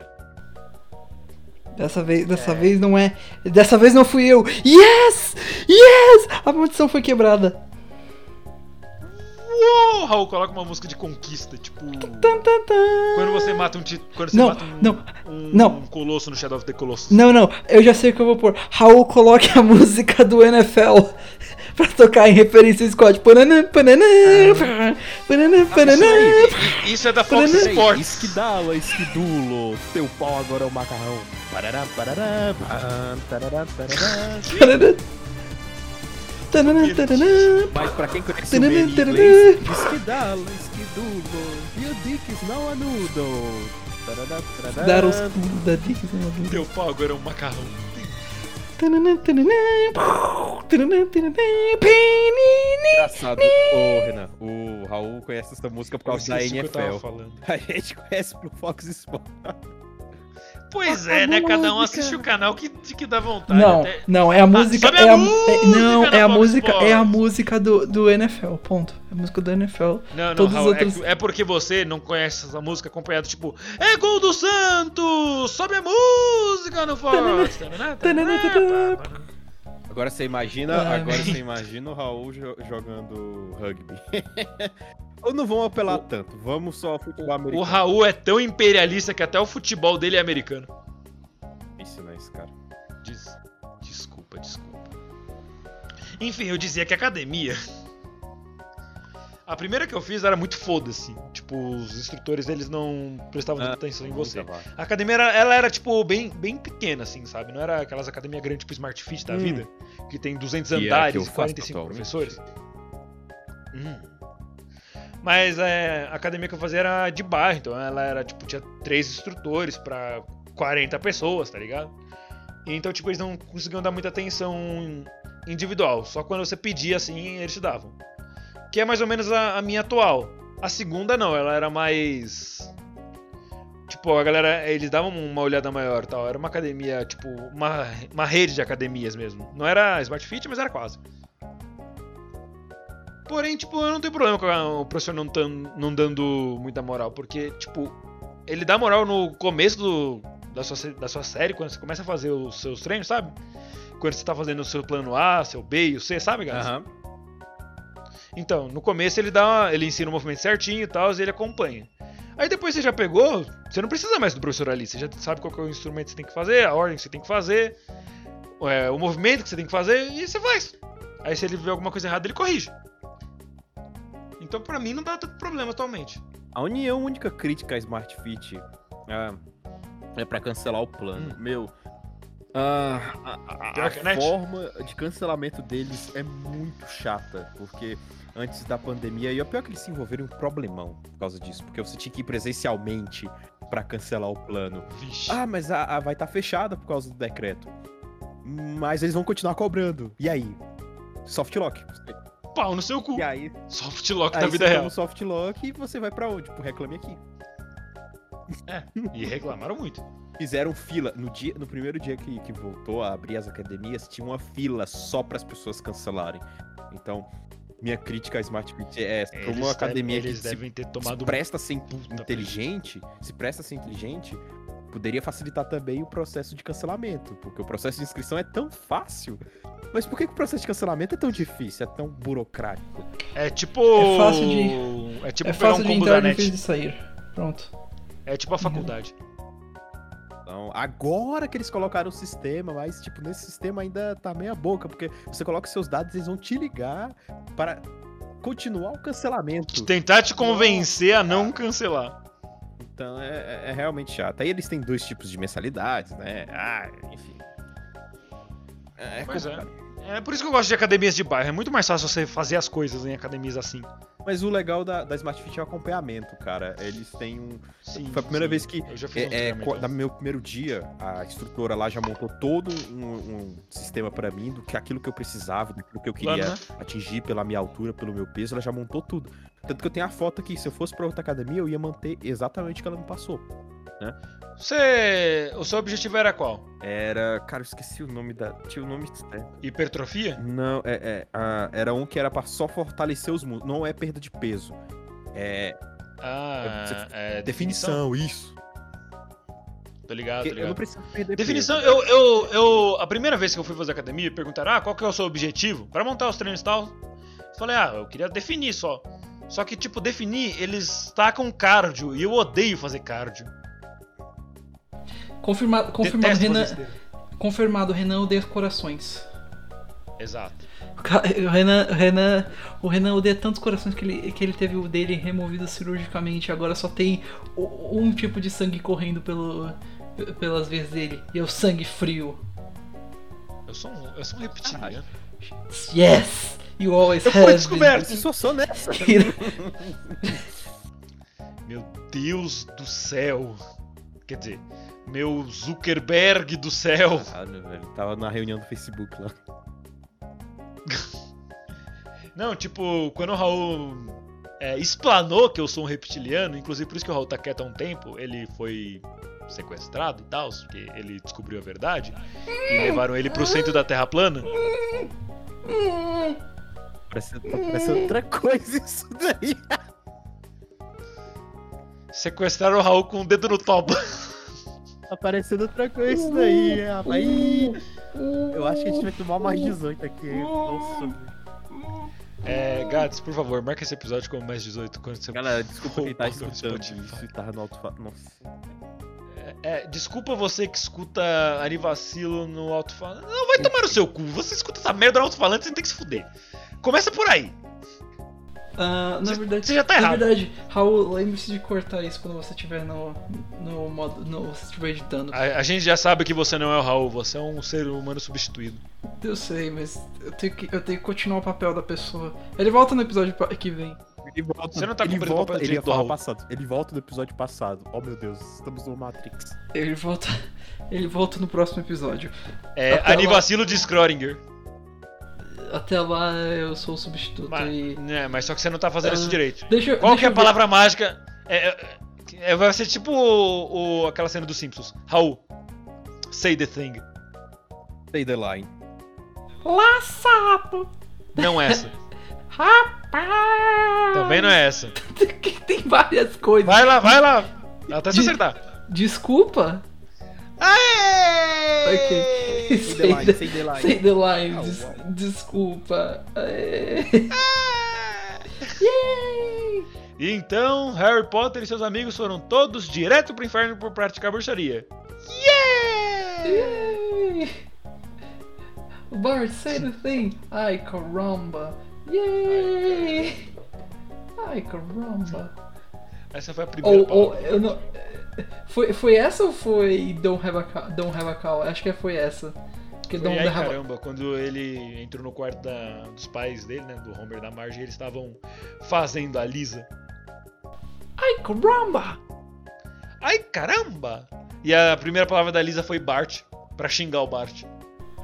Speaker 3: Dessa vez, dessa vez não é. Dessa vez não fui eu. Yes! Yes! A maldição foi quebrada.
Speaker 1: Uou, Raul, coloca uma música de conquista, tipo.
Speaker 3: Tan, tan, tan.
Speaker 1: Quando você mata um titã. Quando você
Speaker 3: Não,
Speaker 1: mata um,
Speaker 3: não,
Speaker 1: um-
Speaker 3: não.
Speaker 1: um colosso no Shadow of the Colossus.
Speaker 3: Não, não, eu já sei o que eu vou pôr. Raul, coloque a música do NFL pra tocar em referência ao Scott. Pananã, pananã, pananã, pananã.
Speaker 1: Ah. Isso é da Fox
Speaker 3: Peraí,
Speaker 1: Sports.
Speaker 2: Esquidala, esquidulo, teu pau agora é o macarrão. Parará, parará, pam, tarará, tarará.
Speaker 3: pananã. Tananã, tananã.
Speaker 2: Mas pra quem conhece o
Speaker 3: Tarará,
Speaker 2: meme em
Speaker 3: tarará.
Speaker 2: inglês, esquidala, esquidulo, your dick is now a noodle. Tarará, tarará.
Speaker 3: Dar os pulos da Disney.
Speaker 1: Teu pau agora é um macarrão.
Speaker 3: Tananã, tananã. Tananã, tananã. Penini.
Speaker 2: Engraçado, ô Renan, o Raul conhece essa música por
Speaker 1: Eu
Speaker 2: causa da
Speaker 1: esqueci o que eu tava
Speaker 2: NFL.
Speaker 1: falando.
Speaker 2: A gente conhece pro Fox Sports.
Speaker 1: Pois é, né? Cada um assiste o canal que, de que dá vontade.
Speaker 3: Não,
Speaker 1: até- Tá,
Speaker 3: não, é a música.
Speaker 1: sobe a
Speaker 3: é a,
Speaker 1: música
Speaker 3: é- não,
Speaker 1: da
Speaker 3: é a
Speaker 1: Fox
Speaker 3: música. É a
Speaker 1: Sports.
Speaker 3: música do, do NFL, ponto. É a música do NFL.
Speaker 1: Não, não,
Speaker 3: Todos os
Speaker 1: Raul, é
Speaker 3: outros-
Speaker 1: que- é, porque você não conhece essa música acompanhada, tipo, é gol do Santos! Sobe a música no Fox! Tanana, tanana, tá, pá, pá, pá.
Speaker 2: Agora você imagina,
Speaker 3: Ah,
Speaker 2: agora
Speaker 1: mas-
Speaker 2: você imagina o Raul jo- jogando rugby. Ou não vamos apelar tanto, vamos só ao futebol
Speaker 1: O
Speaker 2: americano.
Speaker 1: Raul é tão imperialista que até o futebol dele é americano.
Speaker 2: Ensina isso, né, cara.
Speaker 1: Des- Desculpa, desculpa. Enfim, eu dizia que academia. A primeira que eu fiz era muito foda-se. Tipo, os instrutores eles não prestavam
Speaker 2: Ah,
Speaker 1: tanta atenção em você.
Speaker 2: Muita vaga.
Speaker 1: A academia, era, ela era, tipo, bem, bem pequena, assim, sabe? Não era aquelas academias grandes, tipo, Smart Fit da
Speaker 2: Hum.
Speaker 1: vida, que tem 200
Speaker 2: Que é a que eu
Speaker 1: andares,
Speaker 2: faço
Speaker 1: 45
Speaker 2: atualmente.
Speaker 1: professores. Hum. Mas é, a academia que eu fazia era de bairro, então ela era, tipo, tinha três instrutores pra 40 pessoas, tá ligado? Então, tipo, eles não conseguiam dar muita atenção individual, só quando você pedia, assim, eles te davam. Que é mais ou menos a, a minha atual. A segunda não, ela era mais Tipo, a galera, eles davam uma olhada maior e tal. Era uma academia, tipo, uma, uma rede de academias mesmo. Não era Smart Fit, mas era quase. Porém, tipo, eu não tenho problema com a- o professor não, tan- não dando muita moral, porque, tipo, ele dá moral no começo do, da, sua, sé- da sua série, quando você começa a fazer os seus treinos, sabe? Quando você tá fazendo o seu plano A, seu B e o C, sabe, galera?
Speaker 2: Aham.
Speaker 1: Então, no começo ele dá, uma- ele ensina o movimento certinho e tal, e ele acompanha. Aí depois você já pegou, você não precisa mais do professor ali, você já sabe qual que é o instrumento que você tem que fazer, a ordem que você tem que fazer, é, o movimento que você tem que fazer, e você faz. Aí se ele vê alguma coisa errada, ele corrige. Então pra mim não dá tanto problema atualmente.
Speaker 2: A união única crítica à Smart Fit é, é para cancelar o
Speaker 1: Hum.
Speaker 2: plano. Meu, ah, a, a- a
Speaker 1: Darknet.
Speaker 2: forma de cancelamento deles é muito chata, porque antes da pandemia, e o pior é que eles se envolveram em um problemão por causa disso, porque você tinha que ir presencialmente pra cancelar o plano.
Speaker 1: Vixe.
Speaker 2: Ah, mas a, a vai estar fechada por causa do decreto. Mas eles vão continuar cobrando. E aí? Softlock.
Speaker 1: pau no seu cu.
Speaker 2: E aí?
Speaker 1: Softlock da
Speaker 2: aí
Speaker 1: vida
Speaker 2: você tá
Speaker 1: real.
Speaker 2: toma o softlock e você vai pra onde? Pro reclame aqui.
Speaker 3: um-
Speaker 1: E reclamaram muito.
Speaker 2: fizeram fila. No, dia, no primeiro dia que, que voltou a abrir as academias, tinha uma fila só para as pessoas cancelarem. Então, minha crítica à Smart Fit é essa. Pra
Speaker 1: Eles
Speaker 2: uma academia
Speaker 1: devem- eles
Speaker 2: que se,
Speaker 1: devem ter
Speaker 2: se
Speaker 1: tomado
Speaker 2: presta a ser
Speaker 1: puta
Speaker 2: inteligente, se presta a ser inteligente, poderia facilitar também o processo de cancelamento. Porque o processo de inscrição é tão fácil. Mas por que, que o processo de cancelamento é tão difícil, é tão burocrático?
Speaker 1: É tipo.
Speaker 3: É fácil de-
Speaker 1: É tipo
Speaker 3: é
Speaker 1: pegar um
Speaker 3: fácil de
Speaker 1: combo da
Speaker 3: entrar e
Speaker 1: net.
Speaker 3: difícil de sair. Pronto.
Speaker 1: É tipo a faculdade.
Speaker 2: Então, agora que eles colocaram o sistema, mas, tipo, nesse sistema ainda tá meia boca, porque você coloca os seus dados, eles vão te ligar para continuar o
Speaker 1: Te
Speaker 2: cancelamento.
Speaker 1: tentar te convencer a não cancelar.
Speaker 2: Então, é, é- é realmente chato. Aí eles têm dois tipos de mensalidades, né? Ah, enfim. É, é
Speaker 1: Pois é.
Speaker 2: complicado.
Speaker 1: É por isso que eu gosto de academias de bairro. É muito mais fácil você fazer as coisas em academias assim.
Speaker 2: Mas o legal da, da Smart Fit é o acompanhamento, cara. Eles têm um.
Speaker 1: Sim,
Speaker 2: Foi a primeira
Speaker 1: sim.
Speaker 2: vez que
Speaker 1: Eu já fiz um
Speaker 2: É, é,
Speaker 1: treinamento
Speaker 2: co- no
Speaker 1: assim.
Speaker 2: meu primeiro dia, a instrutora lá já montou todo um, um sistema pra mim do que aquilo que eu precisava, daquilo que eu
Speaker 1: Lá,
Speaker 2: queria
Speaker 1: né?
Speaker 2: atingir pela minha altura, pelo meu peso, ela já montou tudo. Tanto que eu tenho a foto aqui, se eu fosse pra outra academia, eu ia manter exatamente o que ela me passou.
Speaker 1: Você. O seu objetivo era qual?
Speaker 2: Era. Cara, eu esqueci o nome da. Tinha o nome. certo.
Speaker 1: Hipertrofia?
Speaker 2: Não, é. é, ah, era um que era pra só fortalecer os músculos. Não é perda de peso. É.
Speaker 1: Ah, é.
Speaker 2: Definição, isso.
Speaker 1: Tô ligado,
Speaker 2: Porque
Speaker 1: tô
Speaker 2: eu não
Speaker 1: ligado.
Speaker 2: preciso perder
Speaker 1: Definição,
Speaker 2: peso.
Speaker 1: eu, eu, eu. A primeira vez que eu fui fazer academia, perguntaram, ah, qual que é o seu objetivo? Pra montar os treinos e tal. Eu Falei, ah, eu queria definir só. Só que, tipo, definir, eles tacam cardio. E eu odeio fazer cardio.
Speaker 3: Confirmado, confirmado,
Speaker 1: Detesto
Speaker 3: Renan,
Speaker 1: fazer isso.
Speaker 3: confirmado, Renan odeia corações.
Speaker 1: Exato.
Speaker 3: O ca- O Renan, o Renan, o Renan odeia tantos corações que ele, que ele teve o dele removido cirurgicamente. Agora só tem o- um tipo de sangue correndo pelo, pelas veias dele. E é o sangue frio.
Speaker 1: Eu sou um, eu sou um reptiliano.
Speaker 3: Yes! You always
Speaker 1: Eu fui
Speaker 3: have been.
Speaker 1: descoberto!
Speaker 2: Eu sou só nessa.
Speaker 1: Meu Deus do céu. Quer dizer, meu Zuckerberg do céu.
Speaker 2: Caralho, velho. Tava na reunião do Facebook lá.
Speaker 1: Não, tipo, quando o Raul é, explanou que eu sou um reptiliano, inclusive por isso que o Raul tá quieto há um tempo, ele foi sequestrado e tal, porque ele descobriu a verdade, e levaram ele pro centro da Terra plana.
Speaker 2: Parece, parece outra coisa isso daí.
Speaker 1: Sequestraram o Raul com o dedo no toba.
Speaker 2: Tá parecendo outra coisa isso daí, rapaz. Ih, Eu acho que a gente vai tomar mais 18 aqui. hein? Nossa.
Speaker 1: É, Gats, por favor, marca esse episódio como mais 18 quando você
Speaker 2: Galera, desculpa quem tá
Speaker 1: roubou do
Speaker 2: escutando
Speaker 1: Spotify.
Speaker 2: isso e tá no alto Nossa.
Speaker 1: É, desculpa você que escuta Arivacilo no alto-falante. Não, vai tomar no seu cu. Você escuta essa merda no alto-falante, você tem que se fuder. Começa por aí.
Speaker 3: Ah, na
Speaker 1: Você-
Speaker 3: verdade.
Speaker 1: você já tá errado.
Speaker 3: Na verdade, Raul, lembre-se de cortar isso quando você estiver no. no modo. No, você estiver editando.
Speaker 1: A, a gente já sabe que você não é o Raul, você é um ser humano substituído.
Speaker 3: Eu sei, mas eu tenho, que, eu tenho que continuar o papel da pessoa. Ele volta no episódio pa- que vem.
Speaker 2: Ele volta,
Speaker 1: Você não tá
Speaker 2: ele
Speaker 1: cumprindo o
Speaker 2: volta,
Speaker 1: papel
Speaker 2: ele ia
Speaker 1: direito do
Speaker 2: falar
Speaker 1: Raul.
Speaker 2: passado. Ele volta do episódio passado. Oh meu Deus, estamos no Matrix.
Speaker 3: Ele volta. Ele volta no próximo episódio.
Speaker 1: É,
Speaker 3: Até lá.
Speaker 1: Anivacilo de Schrödinger.
Speaker 3: Até lá eu sou o substituto
Speaker 1: Mas,
Speaker 3: e.
Speaker 1: né, mas só que você não tá fazendo
Speaker 3: Ah.
Speaker 1: isso direito.
Speaker 3: Deixa,
Speaker 1: Qual
Speaker 3: deixa
Speaker 1: que é a
Speaker 3: eu ver.
Speaker 1: palavra mágica? É, é, é, vai ser tipo o, o- aquela cena dos Simpsons. Raul, say the thing.
Speaker 2: Stay the line.
Speaker 3: Lá, sapo!
Speaker 1: Não é essa.
Speaker 3: Rapaz!
Speaker 1: Também não é essa.
Speaker 3: Que tem várias coisas.
Speaker 1: Vai lá, vai lá. Até se acertar.
Speaker 3: Desculpa? Ok.
Speaker 2: Stay
Speaker 3: Sei
Speaker 2: the line,
Speaker 3: da-
Speaker 2: stay the line.
Speaker 3: Sei the line. des- desculpa. É.
Speaker 1: Ah!
Speaker 3: Yay!
Speaker 1: E então, Harry Potter e seus amigos foram todos direto pro inferno por praticar bruxaria.
Speaker 3: Yay! Bart, say the thing. Ai, caramba. Yay! Ai, caramba.
Speaker 1: Essa foi a primeira
Speaker 3: Ou,
Speaker 1: palavra.
Speaker 3: ou, eu não... Foi, foi essa ou foi Don't Have a Cow? Don't Have a Cow? Acho que foi essa. Porque
Speaker 1: Foi
Speaker 3: Don't
Speaker 1: aí,
Speaker 3: Have a
Speaker 1: caramba, quando ele entrou no quarto da- dos pais dele, né, do Homer e da Marge, eles estavam fazendo a Lisa.
Speaker 3: Ai, caramba!
Speaker 1: Ai, caramba! E a primeira palavra da Lisa foi Bart, pra xingar o Bart.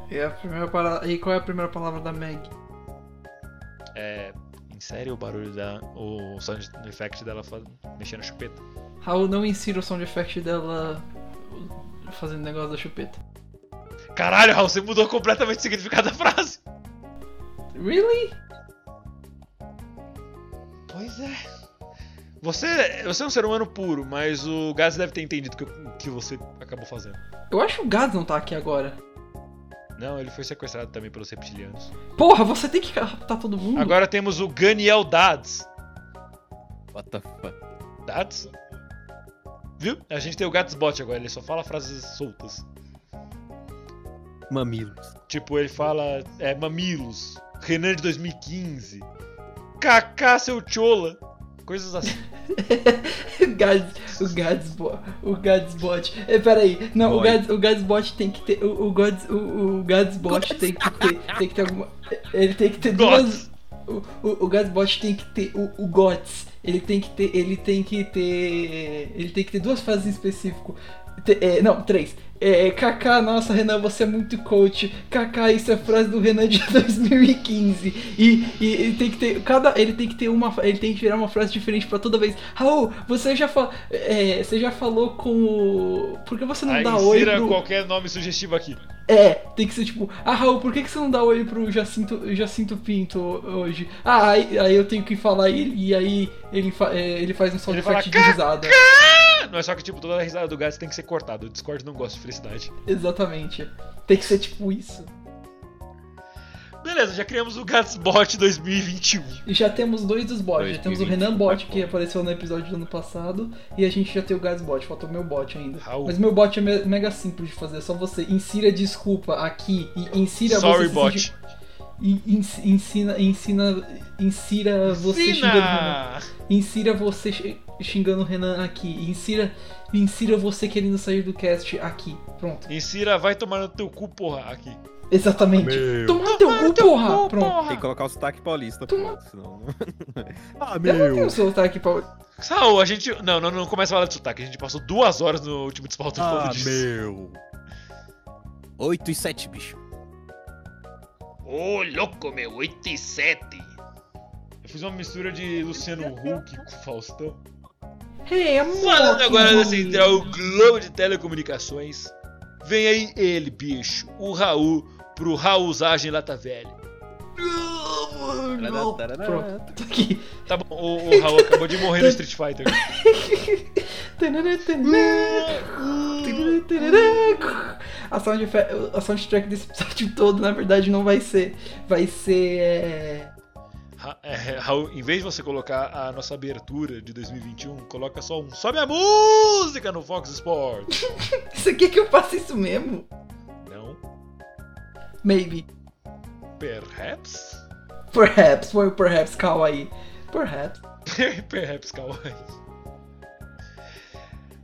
Speaker 3: E, a primeira para... e qual é a primeira palavra da Meg?
Speaker 1: É, insere o barulho da o sound effect dela fa- mexendo a chupeta.
Speaker 3: Raul não insira o sound effect dela fazendo negócio da chupeta.
Speaker 1: Caralho, Raul, você mudou completamente o significado da frase.
Speaker 3: Really?
Speaker 1: Pois é. Você, você é um ser humano puro, mas o Gás deve ter entendido que- o que você acabou fazendo.
Speaker 3: Eu acho que o Gads não tá aqui agora.
Speaker 1: Não, ele foi sequestrado também pelos reptilianos.
Speaker 3: Porra, você tem que raptar todo mundo.
Speaker 1: Agora temos o Ganiel Dads.
Speaker 2: What the fuck?
Speaker 1: Dados? Viu? A gente tem o Gatsbot agora, ele só fala frases soltas.
Speaker 2: Mamilos.
Speaker 1: Tipo, ele fala é, mamilos, Renan de 2015, Kaká seu chola, coisas assim.
Speaker 3: o Gads, o Gadsbot, o Gadsbot. É, peraí, não, o
Speaker 2: Boy.
Speaker 3: Gads, o Gadsbot tem que ter, o, o Gads, o, o Gadsbot tem que ter, tem que ter alguma, ele tem que ter duas.
Speaker 1: Gots.
Speaker 3: O, o, o Gadsbot tem que ter o, o Gots. Ele tem que ter, ele tem que ter, ele tem que ter duas frases em específico. Te- é, não, três. É, Kaká, nossa, Renan, você é muito coach. Kaká, isso é frase do Renan de 2015. E, e ele tem que ter cada, ele tem que ter uma, ele tem que virar uma frase diferente pra toda vez. Raul, você já fa, é, você já falou com o, por que você não
Speaker 1: Aí
Speaker 3: dá oi
Speaker 1: insira
Speaker 3: pro
Speaker 1: qualquer nome sugestivo aqui.
Speaker 3: É, tem que ser tipo, ah, Raul, por que que você não dá oi pro Jacinto, Jacinto Pinto hoje? Ah, aí, aí eu tenho que falar e, e aí ele, fa- é, ele faz um sound
Speaker 1: Ele fala,
Speaker 3: effect de risada.
Speaker 1: Ah, Não é só que, tipo, toda a risada do Gats tem que ser cortada. O Discord não gosta de felicidade.
Speaker 3: Exatamente. Tem que ser tipo isso.
Speaker 1: Beleza, já criamos o Gatsbot 2021.
Speaker 3: E já temos dois dos bots. Já temos o
Speaker 2: 2020,
Speaker 3: Renan Bot,
Speaker 2: tá bom.
Speaker 3: que apareceu no episódio do ano passado, e a gente já tem o Gás Bot, faltou meu bot ainda.
Speaker 1: Raul.
Speaker 3: Mas meu bot é me- mega simples de fazer, é só você insira desculpa aqui e insira você.
Speaker 1: Sorry,
Speaker 3: se
Speaker 1: bot.
Speaker 3: sentir- e ins- Ensina, ensina, insira você xingando o Renan.
Speaker 1: Sina!
Speaker 3: Insira você xi- xingando o Renan aqui. Insira, insira você querendo sair do cast aqui. Pronto.
Speaker 1: Insira, vai tomar no teu cu, porra, aqui.
Speaker 3: Exatamente. Toma no teu cu, porra! Pronto.
Speaker 2: Tem que colocar o sotaque paulista,
Speaker 3: Tu-
Speaker 2: pô, senão não. ah,
Speaker 3: Eu não
Speaker 2: meu!
Speaker 3: tenho soltar aqui pra.
Speaker 1: Saul, a gente. Não, não, não começa a falar de sotaque. A gente passou duas horas no último despauta
Speaker 2: Ah,
Speaker 1: falando disso.
Speaker 2: meu! 8 e 7, bicho.
Speaker 1: Ô, louco, meu, 8 e 7. Eu fiz uma mistura de Luciano Huck com Faustão.
Speaker 3: Hey, amor!
Speaker 1: Falando
Speaker 3: que
Speaker 1: agora da
Speaker 3: bonito.
Speaker 1: Central Globo de Telecomunicações, vem aí ele, bicho, o Raul, pro Raulzagem Lata Velha.
Speaker 3: Pronto, tá aqui.
Speaker 1: Tá bom, o, o Raul acabou de morrer no Street Fighter.
Speaker 3: Tanana, tanana, tanana, tanana. A, sound efe- a soundtrack desse episódio todo, na verdade, não vai ser. Vai ser. é,
Speaker 1: Ra- é, Raul, em vez de você colocar a nossa abertura de 2021, coloca só um Sobe a Música no Fox Sports.
Speaker 3: Isso aqui é que eu faço isso mesmo?
Speaker 1: Não,
Speaker 3: Maybe.
Speaker 1: perhaps?
Speaker 3: Perhaps, foi o perhaps, calma aí. Perhaps.
Speaker 1: perhaps, calma aí.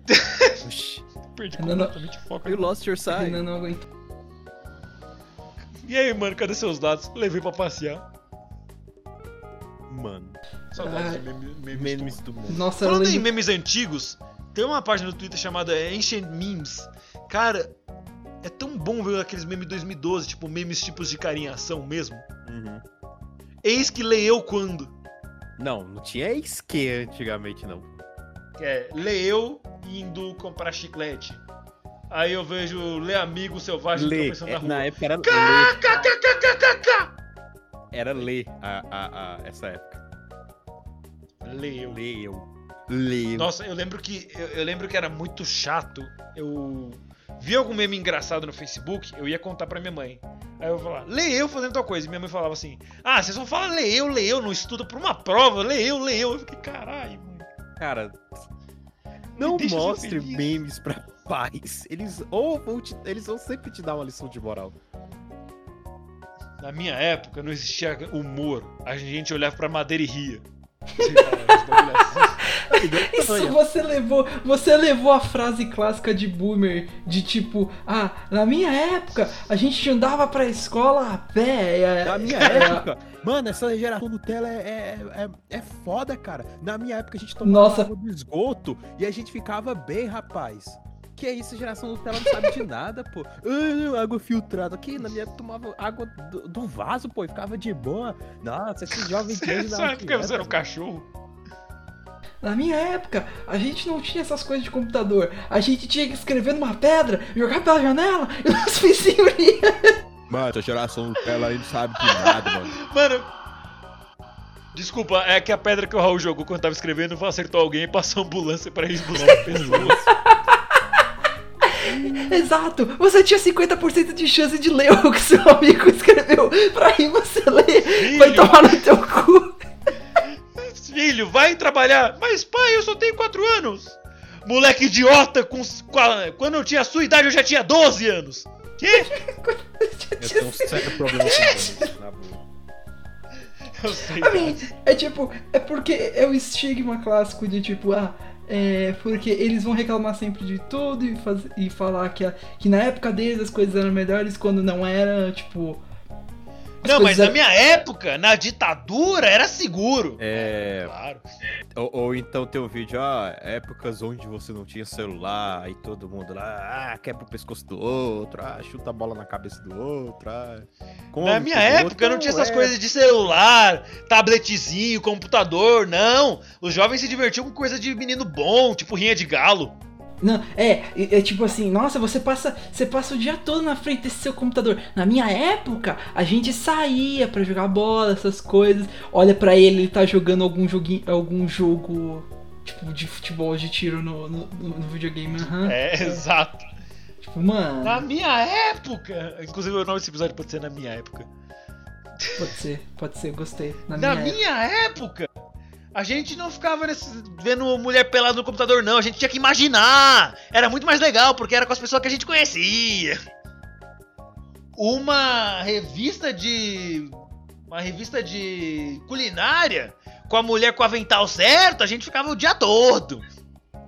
Speaker 1: Perdi
Speaker 3: Não, não.
Speaker 1: completamente o foco.
Speaker 2: You lost your side.
Speaker 3: Renan não aguentou.
Speaker 1: E aí, mano, cadê seus dados? Levei pra passear.
Speaker 2: Mano,
Speaker 1: Saudades
Speaker 3: Ah,
Speaker 1: de meme- memes. do
Speaker 2: memes do mundo.
Speaker 3: Nossa, eu
Speaker 1: Falando em
Speaker 3: lembro.
Speaker 1: memes antigos, tem uma página no Twitter chamada Ancient Memes. Cara, é tão bom ver aqueles memes de 2012, tipo memes tipos de carinhação mesmo.
Speaker 2: Uhum.
Speaker 1: Eis que leio eu quando.
Speaker 2: Não, não tinha esque antigamente, não.
Speaker 1: É, lê eu indo comprar chiclete. Aí eu vejo lê amigo selvagem
Speaker 2: Lê.
Speaker 1: tropeçando
Speaker 2: é,
Speaker 1: na
Speaker 2: na
Speaker 1: tá rua.
Speaker 2: época era lê. Era lê
Speaker 1: KKKKKK!
Speaker 2: a, a, a- essa época.
Speaker 1: Lê eu.
Speaker 2: Lê eu. Lê eu.
Speaker 1: Nossa, eu lembro que eu, eu lembro que era muito chato. Eu vi algum meme engraçado no Facebook, eu ia contar pra minha mãe. Aí eu falava, leio eu fazendo tal coisa. E minha mãe falava assim: Ah, vocês vão falar leio, leio, não estuda pra uma prova, leio, leio. Eu fiquei, caralho, mãe.
Speaker 2: Cara, não
Speaker 1: deixa ser
Speaker 2: mostre
Speaker 1: feliz.
Speaker 2: memes pra pais. Eles ou vão te- eles vão sempre te dar uma lição de moral.
Speaker 1: Na minha época não existia humor. A gente olhava pra madeira e ria. Sei lá, uns bagulho assim.
Speaker 3: Isso você levou, você levou a frase clássica de boomer de tipo, ah, na minha época a gente andava pra escola a pé. é-
Speaker 2: Na minha
Speaker 3: é,
Speaker 2: época, mano, essa geração Nutella é, é, é, é foda, cara. Na minha época a gente tomava
Speaker 3: Nossa.
Speaker 2: água do esgoto e a gente ficava bem, rapaz. Que é isso, a geração Nutella não sabe de nada, pô. Ah, água filtrada. Que na minha época tomava água do, do vaso, pô, e ficava de boa. Nossa, esse jovem de hoje
Speaker 1: Nessa
Speaker 2: não
Speaker 1: época você era
Speaker 2: criança,
Speaker 1: um cachorro.
Speaker 3: Na minha época, a gente não tinha essas coisas de computador. A gente tinha que escrever numa pedra, jogar pela janela e os vizinhos iam.
Speaker 2: Mano, essa geração Nutella aí não sabe de nada, mano.
Speaker 1: Mano. Desculpa, é que a pedra que o Raul jogou quando tava escrevendo acertou alguém e passou a ambulância pra expulsar a pessoa.
Speaker 3: Exato! Você tinha 50% de chance de ler o que seu amigo escreveu. Pra aí você ler, vai
Speaker 1: Filho.
Speaker 3: tomar no teu cu.
Speaker 1: Filho, vai trabalhar. Mas pai, eu só tenho 4 anos. Moleque idiota, com, s- com a- quando eu tinha a sua idade eu já tinha 12 anos. Que?
Speaker 2: Eu tenho um sério problema com isso, na boa.
Speaker 1: Eu sei.
Speaker 3: Pra mim, é tipo, é porque é o estigma clássico de tipo, ah, é porque eles vão reclamar sempre de tudo e, faz- e falar que, a- que na época deles as coisas eram melhores quando não era, tipo. as
Speaker 1: Não, mas
Speaker 3: coisas
Speaker 1: na
Speaker 3: eram-
Speaker 1: minha época, na ditadura, era seguro.
Speaker 2: É.
Speaker 1: Claro.
Speaker 2: Ou, ou então tem um vídeo, ó, épocas onde você não tinha celular e todo mundo lá, ah, quebra o pescoço do outro, ah, chuta a bola na cabeça do outro, ah. come
Speaker 1: Na minha
Speaker 2: com o
Speaker 1: época
Speaker 2: outro."
Speaker 1: eu não tinha essas
Speaker 2: é,
Speaker 1: coisas de celular, tabletezinho, computador, não. Os jovens se divertiam com coisa de menino bom, tipo rinha de galo.
Speaker 3: Não, é, é, é tipo assim, nossa, você passa, você passa o dia todo na frente desse seu computador. Na minha época, a gente saía pra jogar bola, essas coisas. Olha pra ele, ele tá jogando algum joguinho, algum jogo tipo de futebol de tiro no, no, no- no videogame, aham.
Speaker 1: É, Ah, exato.
Speaker 3: Tipo, mano,
Speaker 1: Na minha época. Inclusive o nome desse episódio pode ser na minha época.
Speaker 3: pode ser, pode ser, gostei. Na,
Speaker 1: Na
Speaker 3: minha,
Speaker 1: minha época, a gente não ficava nesse- vendo mulher pelada no computador, não. A gente tinha que imaginar. Era muito mais legal, porque era com as pessoas que a gente conhecia. Uma revista de. Uma revista de culinária com a mulher com o avental certo, a gente ficava o dia todo.
Speaker 3: época,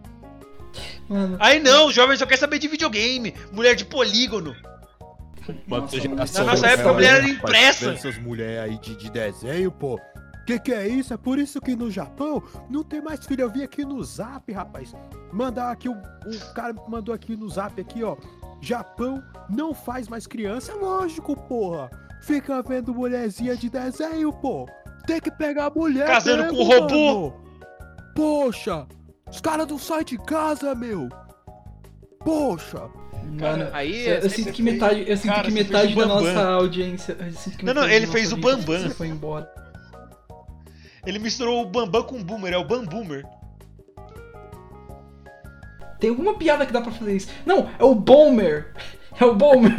Speaker 3: mano.
Speaker 1: Aí não, o jovem só quer saber de videogame, mulher de polígono.
Speaker 2: Mano, essa
Speaker 3: Nossa,
Speaker 2: geração
Speaker 1: na nossa
Speaker 2: Nutella
Speaker 1: época, a mulher era
Speaker 2: aí, rapaz,
Speaker 1: impressa.
Speaker 2: vendo Essas mulheres aí de, de desenho, pô. Que que é isso? É por isso que no Japão não tem mais filho. Eu vi aqui no zap, rapaz. Mandar aqui, o, o cara me mandou aqui no zap aqui, ó. Japão não faz mais criança. É Lógico, porra. Fica vendo mulherzinha de desenho, pô. Tem que pegar a mulher.
Speaker 1: Casando
Speaker 2: mesmo,
Speaker 1: com o robô.
Speaker 2: mano. Poxa, Os caras não saem de casa, meu! Poxa!
Speaker 3: Mano,
Speaker 4: Aí
Speaker 3: eu, eu
Speaker 4: sempre
Speaker 3: sinto que
Speaker 4: foi-
Speaker 3: metade, eu sinto
Speaker 1: é Cara,
Speaker 3: que
Speaker 1: você fez
Speaker 3: metade
Speaker 1: o
Speaker 3: da
Speaker 1: Bambam.
Speaker 3: nossa audiência. eu sinto que
Speaker 1: Não, não,
Speaker 3: metade da
Speaker 1: ele
Speaker 3: nossa
Speaker 1: fez o
Speaker 3: audiência
Speaker 1: Bambam.
Speaker 3: Foi embora.
Speaker 1: Ele misturou o Bambam com o Boomer, é o Bamboomer.
Speaker 3: Tem alguma piada que dá pra fazer isso? Não, é o Bomber! É o Bomber!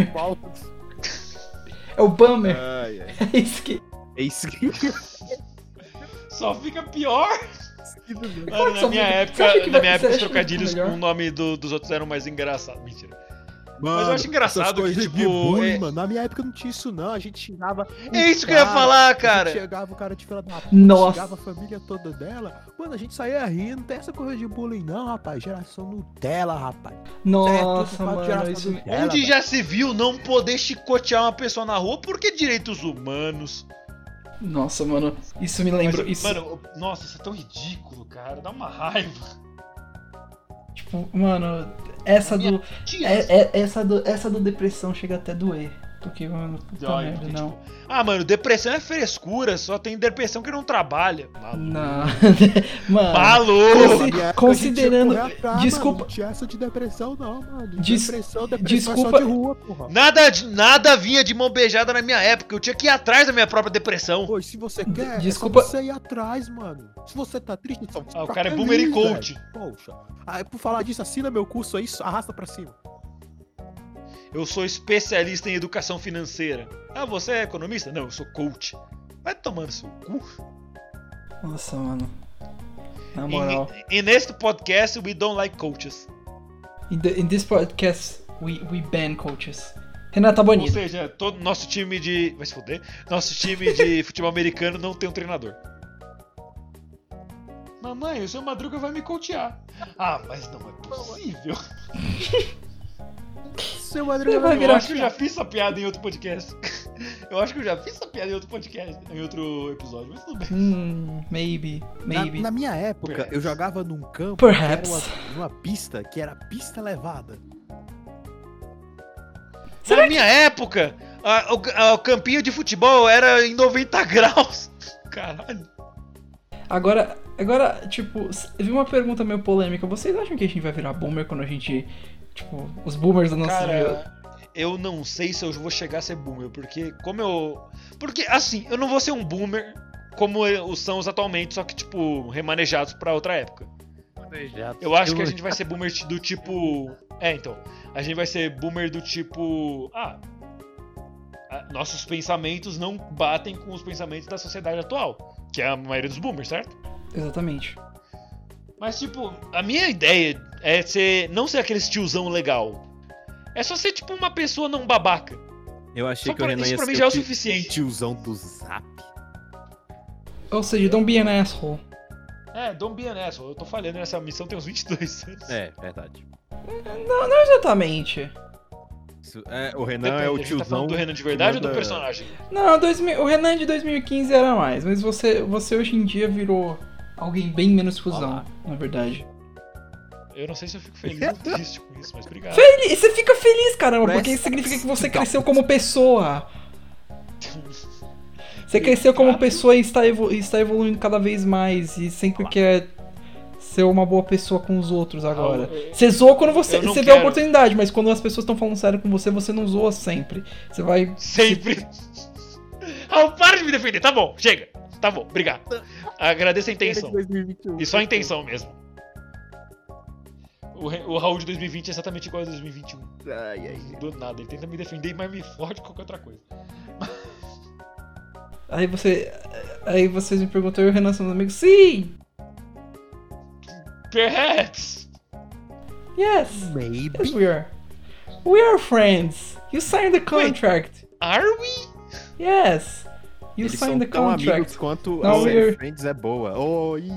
Speaker 3: É o Bummer!
Speaker 5: Ai, ai.
Speaker 3: É isso que.
Speaker 4: É isso que.
Speaker 1: Só fica pior.
Speaker 3: Claro
Speaker 1: Mano,
Speaker 3: que
Speaker 1: É na
Speaker 3: só
Speaker 1: minha
Speaker 3: fica-
Speaker 1: época,
Speaker 3: Você acha que
Speaker 1: na
Speaker 3: vai-
Speaker 1: minha época os
Speaker 3: você acha que
Speaker 1: trocadilhos
Speaker 3: fica melhor?
Speaker 1: com o nome do- dos outros eram mais engraçados. Mentira.
Speaker 2: Mano,
Speaker 1: acho engraçado
Speaker 2: essas
Speaker 1: que,
Speaker 2: coisas de
Speaker 1: tipo,
Speaker 2: bullying,
Speaker 1: é-
Speaker 2: mano. Na minha época não tinha isso, não. A gente xingava. o
Speaker 1: É isso que eu ia
Speaker 2: cara,
Speaker 1: falar,
Speaker 2: A gente
Speaker 1: cara.
Speaker 2: chegava o cara de fila da puta,
Speaker 3: Nossa.
Speaker 2: xingava a família toda dela. Mano, a gente saía rindo. Não tem essa coisa de bullying, não, rapaz. Geração Nutella, rapaz. é
Speaker 3: Nossa,
Speaker 2: Certo,
Speaker 3: mano,
Speaker 2: geração
Speaker 3: isso me.
Speaker 2: Nutella,
Speaker 1: Onde Um já se viu não poder chicotear uma pessoa na rua porque direitos humanos?
Speaker 3: Nossa, mano, isso me lembra.
Speaker 1: Mas,
Speaker 3: isso,
Speaker 1: Mano, nossa, isso é tão ridículo, cara. Dá uma raiva.
Speaker 3: tipo, mano, essa do.
Speaker 1: Tinha essa.
Speaker 3: É, é- essa, do essa do depressão chega até a doer. Porque, mano, puta
Speaker 1: Dói,
Speaker 3: merda,
Speaker 1: porque,
Speaker 3: não.
Speaker 1: tipo, ah, mano, depressão é frescura, só tem depressão que não trabalha. Maluco.
Speaker 3: Não. mano.
Speaker 1: Maluco!
Speaker 3: Consi-
Speaker 2: Na minha época, a gente
Speaker 3: considerando-
Speaker 2: ia correr atrás,
Speaker 3: desculpa-
Speaker 2: é Mano, não tinha essa de depressão, não, mano.
Speaker 3: Des-
Speaker 2: Depressão, depressão
Speaker 3: desculpa-
Speaker 2: é só de rua, porra.
Speaker 1: Nada, de- nada vinha de mão beijada na minha época. Eu tinha que ir atrás da minha própria depressão.
Speaker 2: Pô, e se você quer,
Speaker 3: desculpa-
Speaker 2: é só você ir atrás, mano. Se você tá triste, então.
Speaker 1: Ah, o
Speaker 2: fica
Speaker 1: cara é
Speaker 2: feliz,
Speaker 1: boomerang
Speaker 2: velho.
Speaker 1: coach.
Speaker 2: Poxa. Aí, por falar disso, assina meu curso aí, arrasta pra cima.
Speaker 1: Eu sou especialista em educação financeira. Ah, você é economista? Não, eu sou coach. Vai tomando seu cu.
Speaker 3: Nossa, mano. Na moral.
Speaker 1: E, e neste podcast, we don't like coaches.
Speaker 3: In, the- in this podcast, we, we ban coaches. tá Renata
Speaker 1: Ou
Speaker 3: Bonita.
Speaker 1: seja, todo nosso time de. Vai se foder. Nosso time de futebol americano não tem um treinador. Mamãe, o seu Madruga vai me coachear. Ah, mas não é possível.
Speaker 2: Seu
Speaker 3: Você vai
Speaker 2: Madruga.
Speaker 1: Eu
Speaker 3: virar.
Speaker 1: acho que eu já fiz essa piada em outro podcast. Eu acho que eu já fiz essa piada em outro podcast, em outro episódio, mas tudo bem.
Speaker 3: Hum, maybe,
Speaker 2: Na,
Speaker 3: maybe.
Speaker 2: na minha época, eu jogava num campo, que era
Speaker 3: Perhaps.
Speaker 2: uma- numa pista que era pista levada.
Speaker 1: Na minha época, a- o, a- o campinho de futebol era em 90 graus. Caralho.
Speaker 3: Agora, agora, tipo, s- eu vi uma pergunta meio polêmica. Vocês acham que a gente vai virar boomer quando a gente. Tipo, os boomers da nossa.
Speaker 1: Cara, eu não sei se eu vou chegar a ser boomer, porque como eu. Porque, assim, eu não vou ser um boomer como eu- os são os atualmente, só que, tipo, remanejados pra outra época. Eu acho que a gente vai ser boomer do tipo. É, então. A gente vai ser boomer do tipo. Ah. a- Nossos pensamentos não batem com os pensamentos da sociedade atual, que é a maioria dos boomers, certo?
Speaker 3: Exatamente.
Speaker 1: Mas, tipo, a minha ideia é ser. Não ser aquele tiozão legal. É só ser, tipo, uma pessoa não babaca.
Speaker 4: Eu achei
Speaker 1: Só
Speaker 4: que o
Speaker 1: pra-
Speaker 4: Renan
Speaker 1: isso
Speaker 4: ia
Speaker 1: pra mim
Speaker 4: ser
Speaker 1: já é o
Speaker 4: ti-
Speaker 1: suficiente.
Speaker 4: tiozão do zap.
Speaker 3: Ou seja, don't be an asshole.
Speaker 1: É, don't be an asshole. Eu tô falhando nessa missão, tem uns 22 anos.
Speaker 4: É, verdade.
Speaker 3: Não, não exatamente.
Speaker 4: Isso- é, o Renan é o
Speaker 1: Depende, a gente tá
Speaker 4: tiozão.
Speaker 1: falando do Renan de verdade ou do
Speaker 4: manda-
Speaker 1: personagem?
Speaker 3: Não, 2000 o Renan de 2015 era mais, mas você, você hoje em dia virou alguém bem menos cuzão, na verdade.
Speaker 1: Eu não sei se eu fico feliz ou triste com isso, mas obrigado.
Speaker 3: Feliz- Você fica feliz, caramba, porque isso significa que você cresceu como pessoa. Você cresceu como pessoa e está, evo- e está evoluindo cada vez mais e sempre quer ser uma boa pessoa com os outros agora.
Speaker 1: eu-
Speaker 3: Você zoa quando você,
Speaker 1: eu não
Speaker 3: você vê a
Speaker 1: quero.
Speaker 3: oportunidade, mas quando as pessoas estão falando sério com você, você não zoa sempre. Você vai.
Speaker 1: Sempre. Raul, para de me defender. Tá bom, chega. Tá bom, obrigado. Agradeço a intenção.
Speaker 2: é um.
Speaker 1: E só a intenção mesmo. O, Re- o Raul de 2020 é exatamente igual a 2021.
Speaker 4: Ai, ai.
Speaker 1: Do nada, ele tenta me defender, mas me fode com qualquer outra coisa.
Speaker 3: Aí você. Aí vocês me perguntam, eu e o Renan somos amigos? Sim!
Speaker 1: Perhaps!
Speaker 3: Yes! Yes,
Speaker 2: Maybe.
Speaker 3: we are. We are friends. You signed the contract.
Speaker 1: Are we?
Speaker 3: Yes. You
Speaker 4: Eles são
Speaker 3: signed the
Speaker 4: tão amigos
Speaker 3: contract.
Speaker 4: quanto
Speaker 3: Não,
Speaker 4: a série
Speaker 3: eu-
Speaker 4: Friends é boa. Oh, e...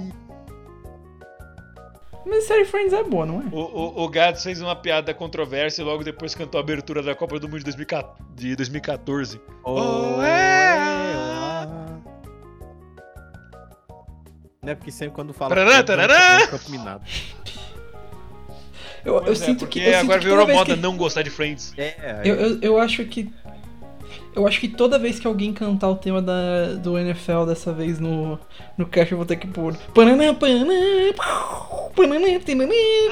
Speaker 3: Mas série Friends é boa, não é?
Speaker 1: O, o, o Gads fez uma piada controversa e logo depois cantou a abertura da Copa do Mundo de 2014 de 2014.
Speaker 4: oh,
Speaker 1: é.
Speaker 4: Não é porque sempre quando fala.
Speaker 1: Tarará, tarará.
Speaker 4: é um campo minado.
Speaker 3: Eu, eu
Speaker 1: Pois é,
Speaker 3: sinto que.
Speaker 1: porque
Speaker 3: Eu sinto
Speaker 1: agora
Speaker 3: que
Speaker 1: virou
Speaker 3: toda vez
Speaker 1: moda né?
Speaker 3: que...
Speaker 1: não gostar de Friends.
Speaker 4: É,
Speaker 3: Eu, eu, eu acho que. Eu acho que toda vez que alguém cantar o tema da, do NFL dessa vez no, no cast, eu vou ter que pôr. Pananã, pananã, pau,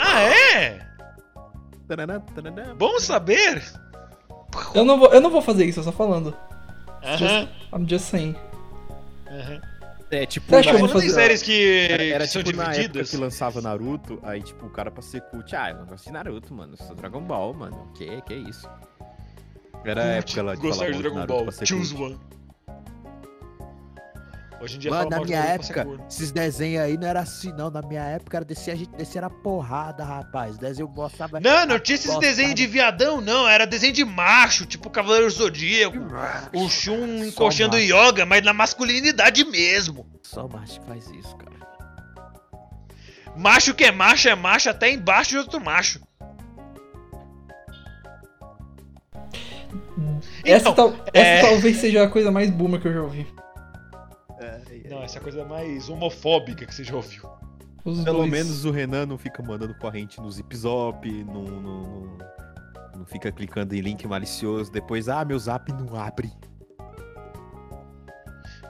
Speaker 1: Ah, é?
Speaker 2: Tananã, tananã.
Speaker 1: Bom saber!
Speaker 3: Eu não vou, eu não vou fazer isso, eu só falando.
Speaker 1: Aham,
Speaker 3: I'm just saying.
Speaker 1: aham.
Speaker 2: É tipo.
Speaker 3: Você acha que eu vou
Speaker 1: Falando em
Speaker 3: fazer-
Speaker 1: séries que,
Speaker 2: Era, era
Speaker 1: que são
Speaker 2: tipo na época
Speaker 1: divididas.
Speaker 2: que lançava Naruto, aí tipo, o cara pra ser cult, ah, eu não gosto de Naruto, mano, eu sou Dragon Ball, mano, que, que isso? Era a época lá de
Speaker 1: Gostar
Speaker 2: falar
Speaker 1: de
Speaker 2: mal
Speaker 1: Dragon
Speaker 2: Naruto
Speaker 1: Ball.
Speaker 2: pra ser
Speaker 1: Choose
Speaker 2: cult.
Speaker 1: one. Hoje em dia
Speaker 6: Mano,
Speaker 1: fala
Speaker 6: na
Speaker 1: mal de
Speaker 6: minha
Speaker 1: Naruto pra ser
Speaker 6: época,
Speaker 1: gordo.
Speaker 6: esses desenhos aí não era assim, não. Na minha época era descer, a gente descer a porrada, rapaz. Desenho gostava.
Speaker 1: Não, não tinha esses
Speaker 6: Gostava.
Speaker 1: desenhos de viadão, não. Era desenho de macho, tipo Cavaleiro Zodíaco. O Shun encoxando yoga, mas na masculinidade mesmo.
Speaker 6: Só macho faz isso, cara.
Speaker 1: Macho que é macho é macho até embaixo de outro macho.
Speaker 3: essa
Speaker 1: Então,
Speaker 6: tá-
Speaker 3: tal-
Speaker 1: é-
Speaker 3: essa talvez seja a coisa mais boomer que eu já ouvi.
Speaker 1: Não, essa coisa mais homofóbica que você já ouviu.
Speaker 3: Os
Speaker 2: Pelo
Speaker 3: dois.
Speaker 2: menos o Renan não fica mandando corrente no zip zop, não, não, não, não fica clicando em link malicioso, depois, ah, meu zap não abre.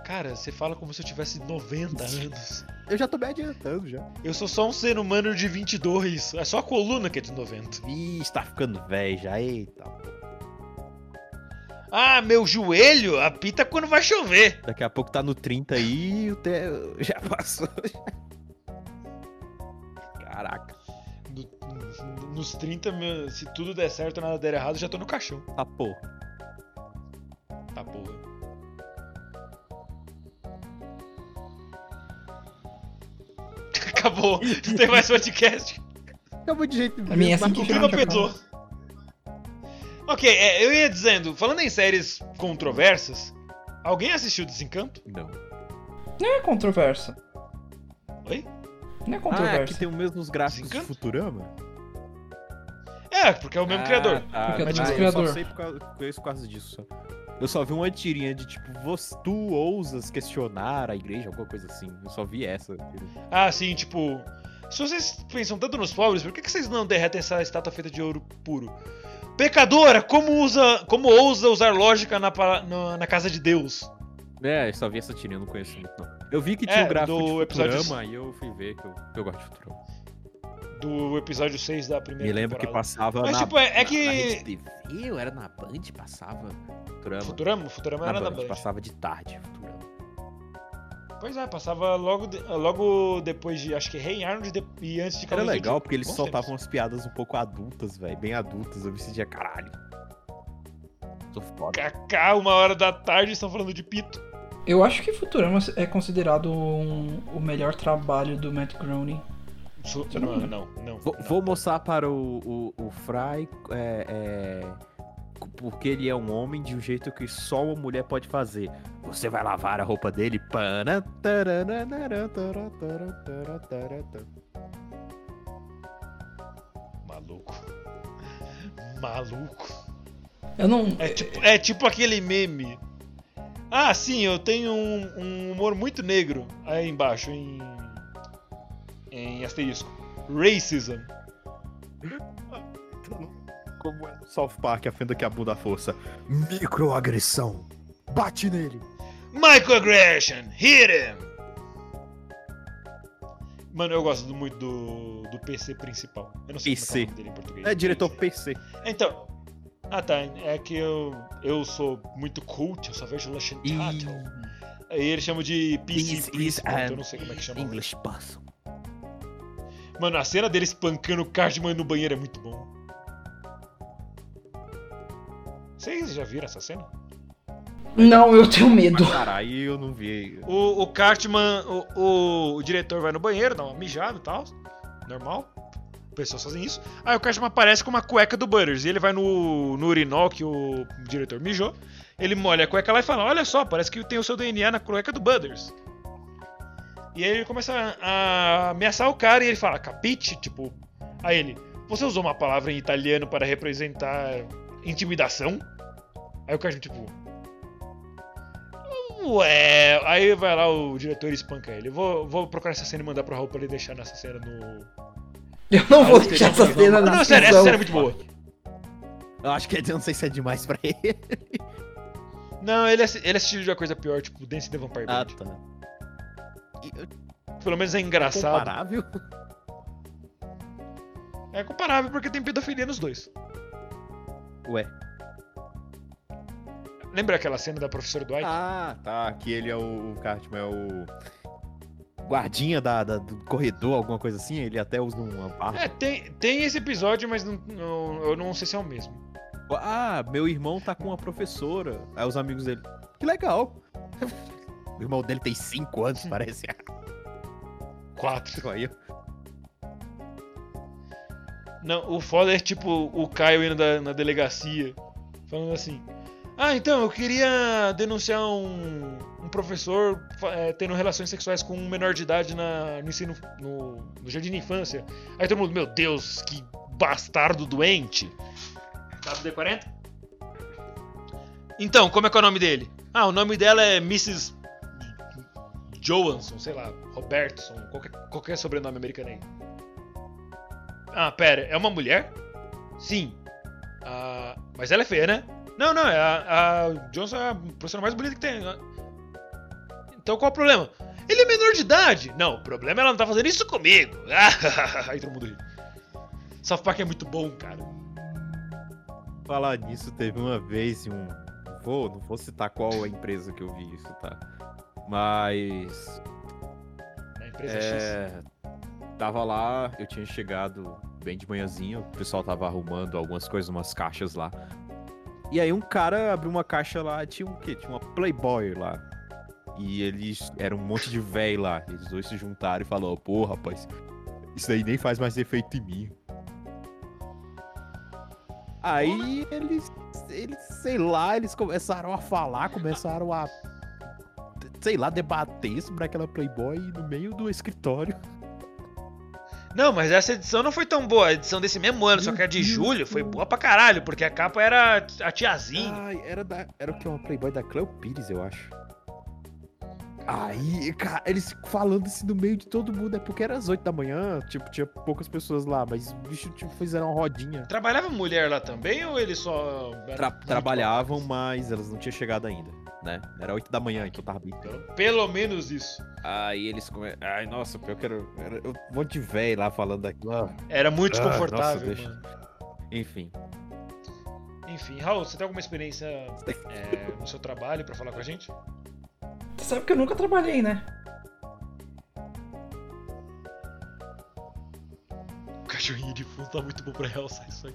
Speaker 1: Cara, você fala como se eu tivesse 90 anos.
Speaker 2: Eu já tô me adiantando já.
Speaker 1: Eu sou só um ser humano de 22. É só a coluna que é de 90.
Speaker 2: Ih, está tá ficando velho já, eita. pô.
Speaker 1: Ah, meu joelho apita quando vai chover.
Speaker 2: Daqui a pouco tá no 30 aí e o te... já passou. Caraca,
Speaker 1: No- nos 30, meu, se tudo der certo, nada der errado, já tô no caixão.
Speaker 2: tá pô.
Speaker 1: Tá porra. Acabou. Não tem mais podcast.
Speaker 2: Acabou de jeito
Speaker 3: A minha é assim
Speaker 2: mesmo, tá
Speaker 3: que
Speaker 1: O
Speaker 2: mas-
Speaker 3: fica
Speaker 1: clima
Speaker 3: muito
Speaker 1: pesou. Ok, é, eu ia dizendo, falando em séries controversas, alguém assistiu Desencanto?
Speaker 2: Não.
Speaker 3: Não é controverso.
Speaker 1: Oi?
Speaker 3: Não é
Speaker 2: Ah,
Speaker 3: controverso.
Speaker 2: aqui tem os mesmos gráficos do
Speaker 1: Desencanto?
Speaker 2: Futurama?
Speaker 1: É, porque é o mesmo criador.
Speaker 2: Tá,
Speaker 3: Porque é do
Speaker 2: mas,
Speaker 3: mesmo
Speaker 2: tipo, Eu
Speaker 3: criador.
Speaker 2: só sei por causa, conheço por causa disso. só. Eu só vi uma tirinha de tipo, "Vos- tu ousas questionar a igreja, alguma coisa assim. Eu só vi essa.
Speaker 1: Ah, sim, tipo. Se vocês pensam tanto nos pobres, por que, que vocês não derretem essa estátua feita de ouro puro? Pecadora, como usa, como ousa usar lógica na, pa- na, na casa de Deus?
Speaker 2: É, eu só vi essa tirinha, eu não conheço muito não. Eu vi que
Speaker 1: É,
Speaker 2: tinha o gráfico
Speaker 1: do
Speaker 2: do de
Speaker 1: episódio-
Speaker 2: Futurama e eu fui ver que eu, eu gosto de Futurama.
Speaker 1: Do episódio 6 da primeira
Speaker 2: Me lembro que
Speaker 1: temporada.
Speaker 2: passava
Speaker 1: Mas,
Speaker 2: na,
Speaker 1: tipo, é- é
Speaker 2: na-
Speaker 1: que-
Speaker 2: na Rede TV, ou era na Band, passava Ah, Futurama.
Speaker 1: Futurama? Futurama
Speaker 2: na
Speaker 1: era da
Speaker 2: Band,
Speaker 1: Band.
Speaker 2: passava de tarde Futurama.
Speaker 1: Pois é, passava logo, de- logo depois de. Acho que Rei Arnold de- e antes de
Speaker 2: Era
Speaker 1: Cavaleiro
Speaker 2: legal
Speaker 1: Zodíaco.
Speaker 2: porque eles
Speaker 1: Bons
Speaker 2: soltavam umas piadas um pouco adultas, velho, bem adultas, eu me sentia caralho. Sou foda.
Speaker 1: tempos. Kaká, uma hora da tarde, estão falando de pito.
Speaker 3: Eu acho que Futurama é considerado um- o melhor trabalho do Matt Groening.
Speaker 1: Su-
Speaker 3: Você
Speaker 1: Não,
Speaker 3: não lembra?
Speaker 1: não, não.
Speaker 2: Vou,
Speaker 1: não.
Speaker 2: vou mostrar para o, o, o Fry é, é, porque ele é um homem de um jeito que só uma mulher pode fazer. Você vai lavar a roupa dele. pana, tarana, tarana, tarana, tarana, tarana.
Speaker 1: Maluco. Maluco.
Speaker 3: Eu não.
Speaker 1: É tipo, é tipo aquele meme. Ah, sim, eu tenho um, um humor muito negro aí embaixo, em. Em asterisco. Racism.
Speaker 7: Como é no South Park, a fenda que abuda a força.
Speaker 6: Microagressão. Bate nele.
Speaker 1: Microaggression, hit him! Mano, eu gosto do- muito do, do PC principal. Eu não sei
Speaker 2: PC.
Speaker 1: como é que é o nome dele em português.
Speaker 2: É diretor PC.
Speaker 1: Então. Ah tá, é que eu, eu sou muito cult, eu só vejo Lush
Speaker 2: E-
Speaker 1: Tattle. Aí eles chamam de PC
Speaker 2: This is
Speaker 1: principal, então
Speaker 2: an
Speaker 1: eu não sei como é que chama.
Speaker 2: English puzzle.
Speaker 1: Mano, a cena dele espancando o Cartman no banheiro é muito bom. Vocês já viram essa cena?
Speaker 3: Não, eu tenho medo.
Speaker 2: Mas, Caralho, eu não vi.
Speaker 1: O, o Cartman, o, o, o diretor vai no banheiro, dá uma mijada e tal. Normal. Pessoas fazem isso. Aí o Cartman aparece com uma cueca do Butters. E ele vai no, no urinol que o diretor mijou. Ele molha a cueca lá e fala: Olha só, parece que tem o seu DNA na cueca do Butters. E aí ele começa a, a ameaçar o cara e ele fala: Capite? Tipo. Aí ele: Você usou uma palavra em italiano para representar intimidação? Aí o Cartman, tipo. Ué, É, aí vai lá o diretor e espanca ele. Eu Vou, vou procurar essa cena e mandar pra Raul pra ele deixar nessa cena no.
Speaker 3: Eu não vou
Speaker 1: Ah,
Speaker 3: deixar
Speaker 1: vocês
Speaker 3: essa
Speaker 1: não-
Speaker 3: cena na
Speaker 1: Não, sério, essa
Speaker 3: descrição.
Speaker 1: cena é muito boa.
Speaker 2: Eu acho que é- eu não sei se é demais pra ele.
Speaker 1: Não, ele, é assi- ele assistiu já coisa pior, tipo Dance the Vampire
Speaker 2: Ah,
Speaker 1: Blood.
Speaker 2: tá.
Speaker 1: Pelo menos é engraçado.
Speaker 2: Comparável?
Speaker 1: É comparável porque tem pedofilia nos dois.
Speaker 2: Ué.
Speaker 1: Lembra aquela cena da professora Dwight?
Speaker 2: Ah, tá. Que ele é o, o Cartman, é o guardinha da, da- do corredor, alguma coisa assim. Ele até usa uma barra.
Speaker 1: É, tem, tem esse episódio, mas não, não- eu não sei se é o mesmo.
Speaker 2: Ah, meu irmão tá com uma professora. Aí os amigos dele. Que legal. O irmão dele tem 5 anos, parece.
Speaker 1: Quatro.
Speaker 2: Aí eu-
Speaker 1: Não, o foda é tipo o Caio indo da- na delegacia, falando assim: Ah, então, eu queria denunciar um, um professor fa- eh, tendo relações sexuais com um menor de idade na, no ensino. No, no jardim de infância. Aí todo mundo, meu Deus, que bastardo doente. WD-40? Então, como é que é o nome dele? Ah, o nome dela é Mrs. Johansson, sei lá, Robertson, qualquer, qualquer sobrenome americano aí. Ah, pera, é uma mulher? Sim. Ah, mas ela é feia, né? Não, não, é a, a Johnson é a professora mais bonita que tem. Então qual o problema? Ele é menor de idade! Não, o problema é ela não tá fazendo isso comigo! Aí todo mundo ri. South Park é muito bom, cara.
Speaker 2: Falar nisso, teve uma vez em um. Vou, não vou citar qual a empresa que eu vi isso, tá? Mas.
Speaker 1: Na empresa X.
Speaker 2: É, tava lá, eu tinha chegado bem de manhãzinho, o pessoal tava arrumando algumas coisas, umas caixas lá. E aí um cara abriu uma caixa lá, tinha um quê? Tinha uma Playboy lá. E eles. Era um monte de véi lá. Eles dois se juntaram e falaram, pô, rapaz, isso daí nem faz mais efeito em mim. Aí eles. Eles, sei lá, eles começaram a falar, começaram a. Sei lá, debater sobre aquela Playboy no meio do escritório.
Speaker 1: Não, mas essa edição não foi tão boa. A edição desse mesmo ano, só que a de julho foi boa pra caralho, porque a capa era a tiazinha.
Speaker 2: Ai, era da. Era o que? Uma Playboy da Cleo Pires, eu acho. Aí, cara, eles falando assim no meio de todo mundo, é porque era às 8 da manhã, tipo, tinha poucas pessoas lá, mas o bicho, tipo, fizeram uma rodinha.
Speaker 1: Trabalhava mulher lá também ou ele só. era muito
Speaker 2: trabalhavam, mas elas não tinham chegado ainda, né? Era 8 da manhã, então tava bem
Speaker 1: babaca? Pelo menos isso.
Speaker 2: Aí eles come... Ai, nossa, pior que era, era um monte de velho lá falando aquilo.
Speaker 1: Era muito
Speaker 2: Ah, nossa,
Speaker 1: desconfortável,
Speaker 2: deixa.
Speaker 1: mano.
Speaker 2: Enfim.
Speaker 1: Enfim, Raul, você tem alguma experiência é, no seu trabalho pra falar com a gente?
Speaker 3: Você sabe que eu nunca trabalhei, né?
Speaker 1: O cachorrinho de fundo tá muito bom pra realçar isso aí.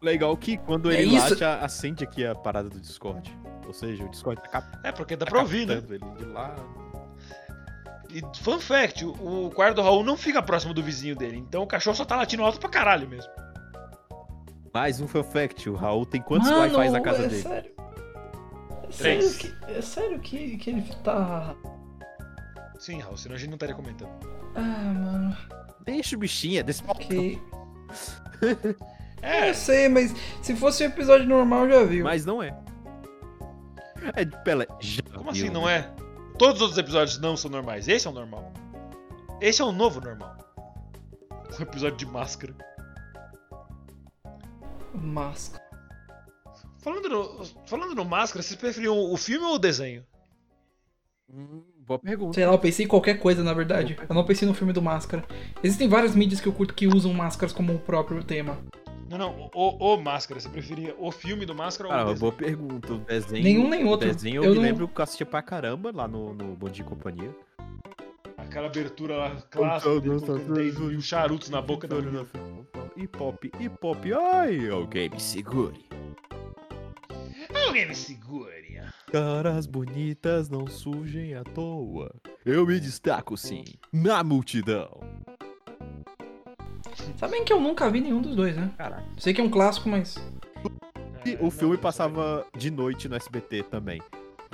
Speaker 2: Legal que quando
Speaker 3: É
Speaker 2: ele
Speaker 3: isso.
Speaker 2: late, a- acende aqui a parada do Discord. Ou seja, o Discord tá, cap...
Speaker 1: É, porque dá
Speaker 2: tá
Speaker 1: pra ouvir, né?
Speaker 2: captando ele de lá.
Speaker 1: E fun fact, o o quarto do Raul não fica próximo do vizinho dele, então o cachorro só tá latindo alto pra caralho mesmo.
Speaker 2: Mais um fun fact, o Raul tem quantos
Speaker 3: Mano,
Speaker 2: Wi-Fi na casa
Speaker 3: é
Speaker 2: dele?
Speaker 3: Sério. É
Speaker 1: Três.
Speaker 3: sério, que, é sério que, que ele tá.
Speaker 1: Sim, Raul, senão a gente não estaria comentando.
Speaker 3: Ah, mano.
Speaker 2: Deixa o bichinho, é desse
Speaker 3: Que.
Speaker 1: É,
Speaker 3: Eu sei, mas se fosse um episódio normal já viu.
Speaker 2: Mas não é. É de Pelé. Já
Speaker 1: como
Speaker 2: viu,
Speaker 1: assim, não
Speaker 2: né?
Speaker 1: é? Todos os outros episódios não são normais, esse é o normal. Esse é o novo normal. Um episódio de máscara.
Speaker 3: Máscara.
Speaker 1: Falando no, falando no máscara, vocês preferiam o filme ou o desenho? é?
Speaker 2: Hum, boa pergunta.
Speaker 3: Sei lá, eu pensei em qualquer coisa, na verdade. Eu não pensei no filme do Máscara. Existem várias mídias que eu curto que usam máscaras como o próprio tema.
Speaker 1: Não, não, o, o Máscara, você preferia o filme do Máscara ou
Speaker 2: Cara,
Speaker 1: o
Speaker 2: uma
Speaker 1: desenho?
Speaker 2: boa pergunta. O desenho.
Speaker 3: Nenhum nem
Speaker 2: o
Speaker 3: outro.
Speaker 2: desenho eu,
Speaker 3: Eu
Speaker 2: me
Speaker 3: não-
Speaker 2: lembro que eu assistia pra caramba lá no, no Bom Dia e Companhia.
Speaker 1: Aquela abertura lá clássica dele colocando 10 mil charutos um na boca né? da menina.
Speaker 2: E pop, e pop. Ai, alguém me segure.
Speaker 1: Alguém me segure.
Speaker 2: Caras bonitas não surgem à toa. Eu me destaco sim, na multidão.
Speaker 3: Sabem que eu nunca vi nenhum dos dois, né?
Speaker 2: Caraca.
Speaker 3: Sei que é um clássico, mas.
Speaker 2: E o filme passava de noite no SBT também.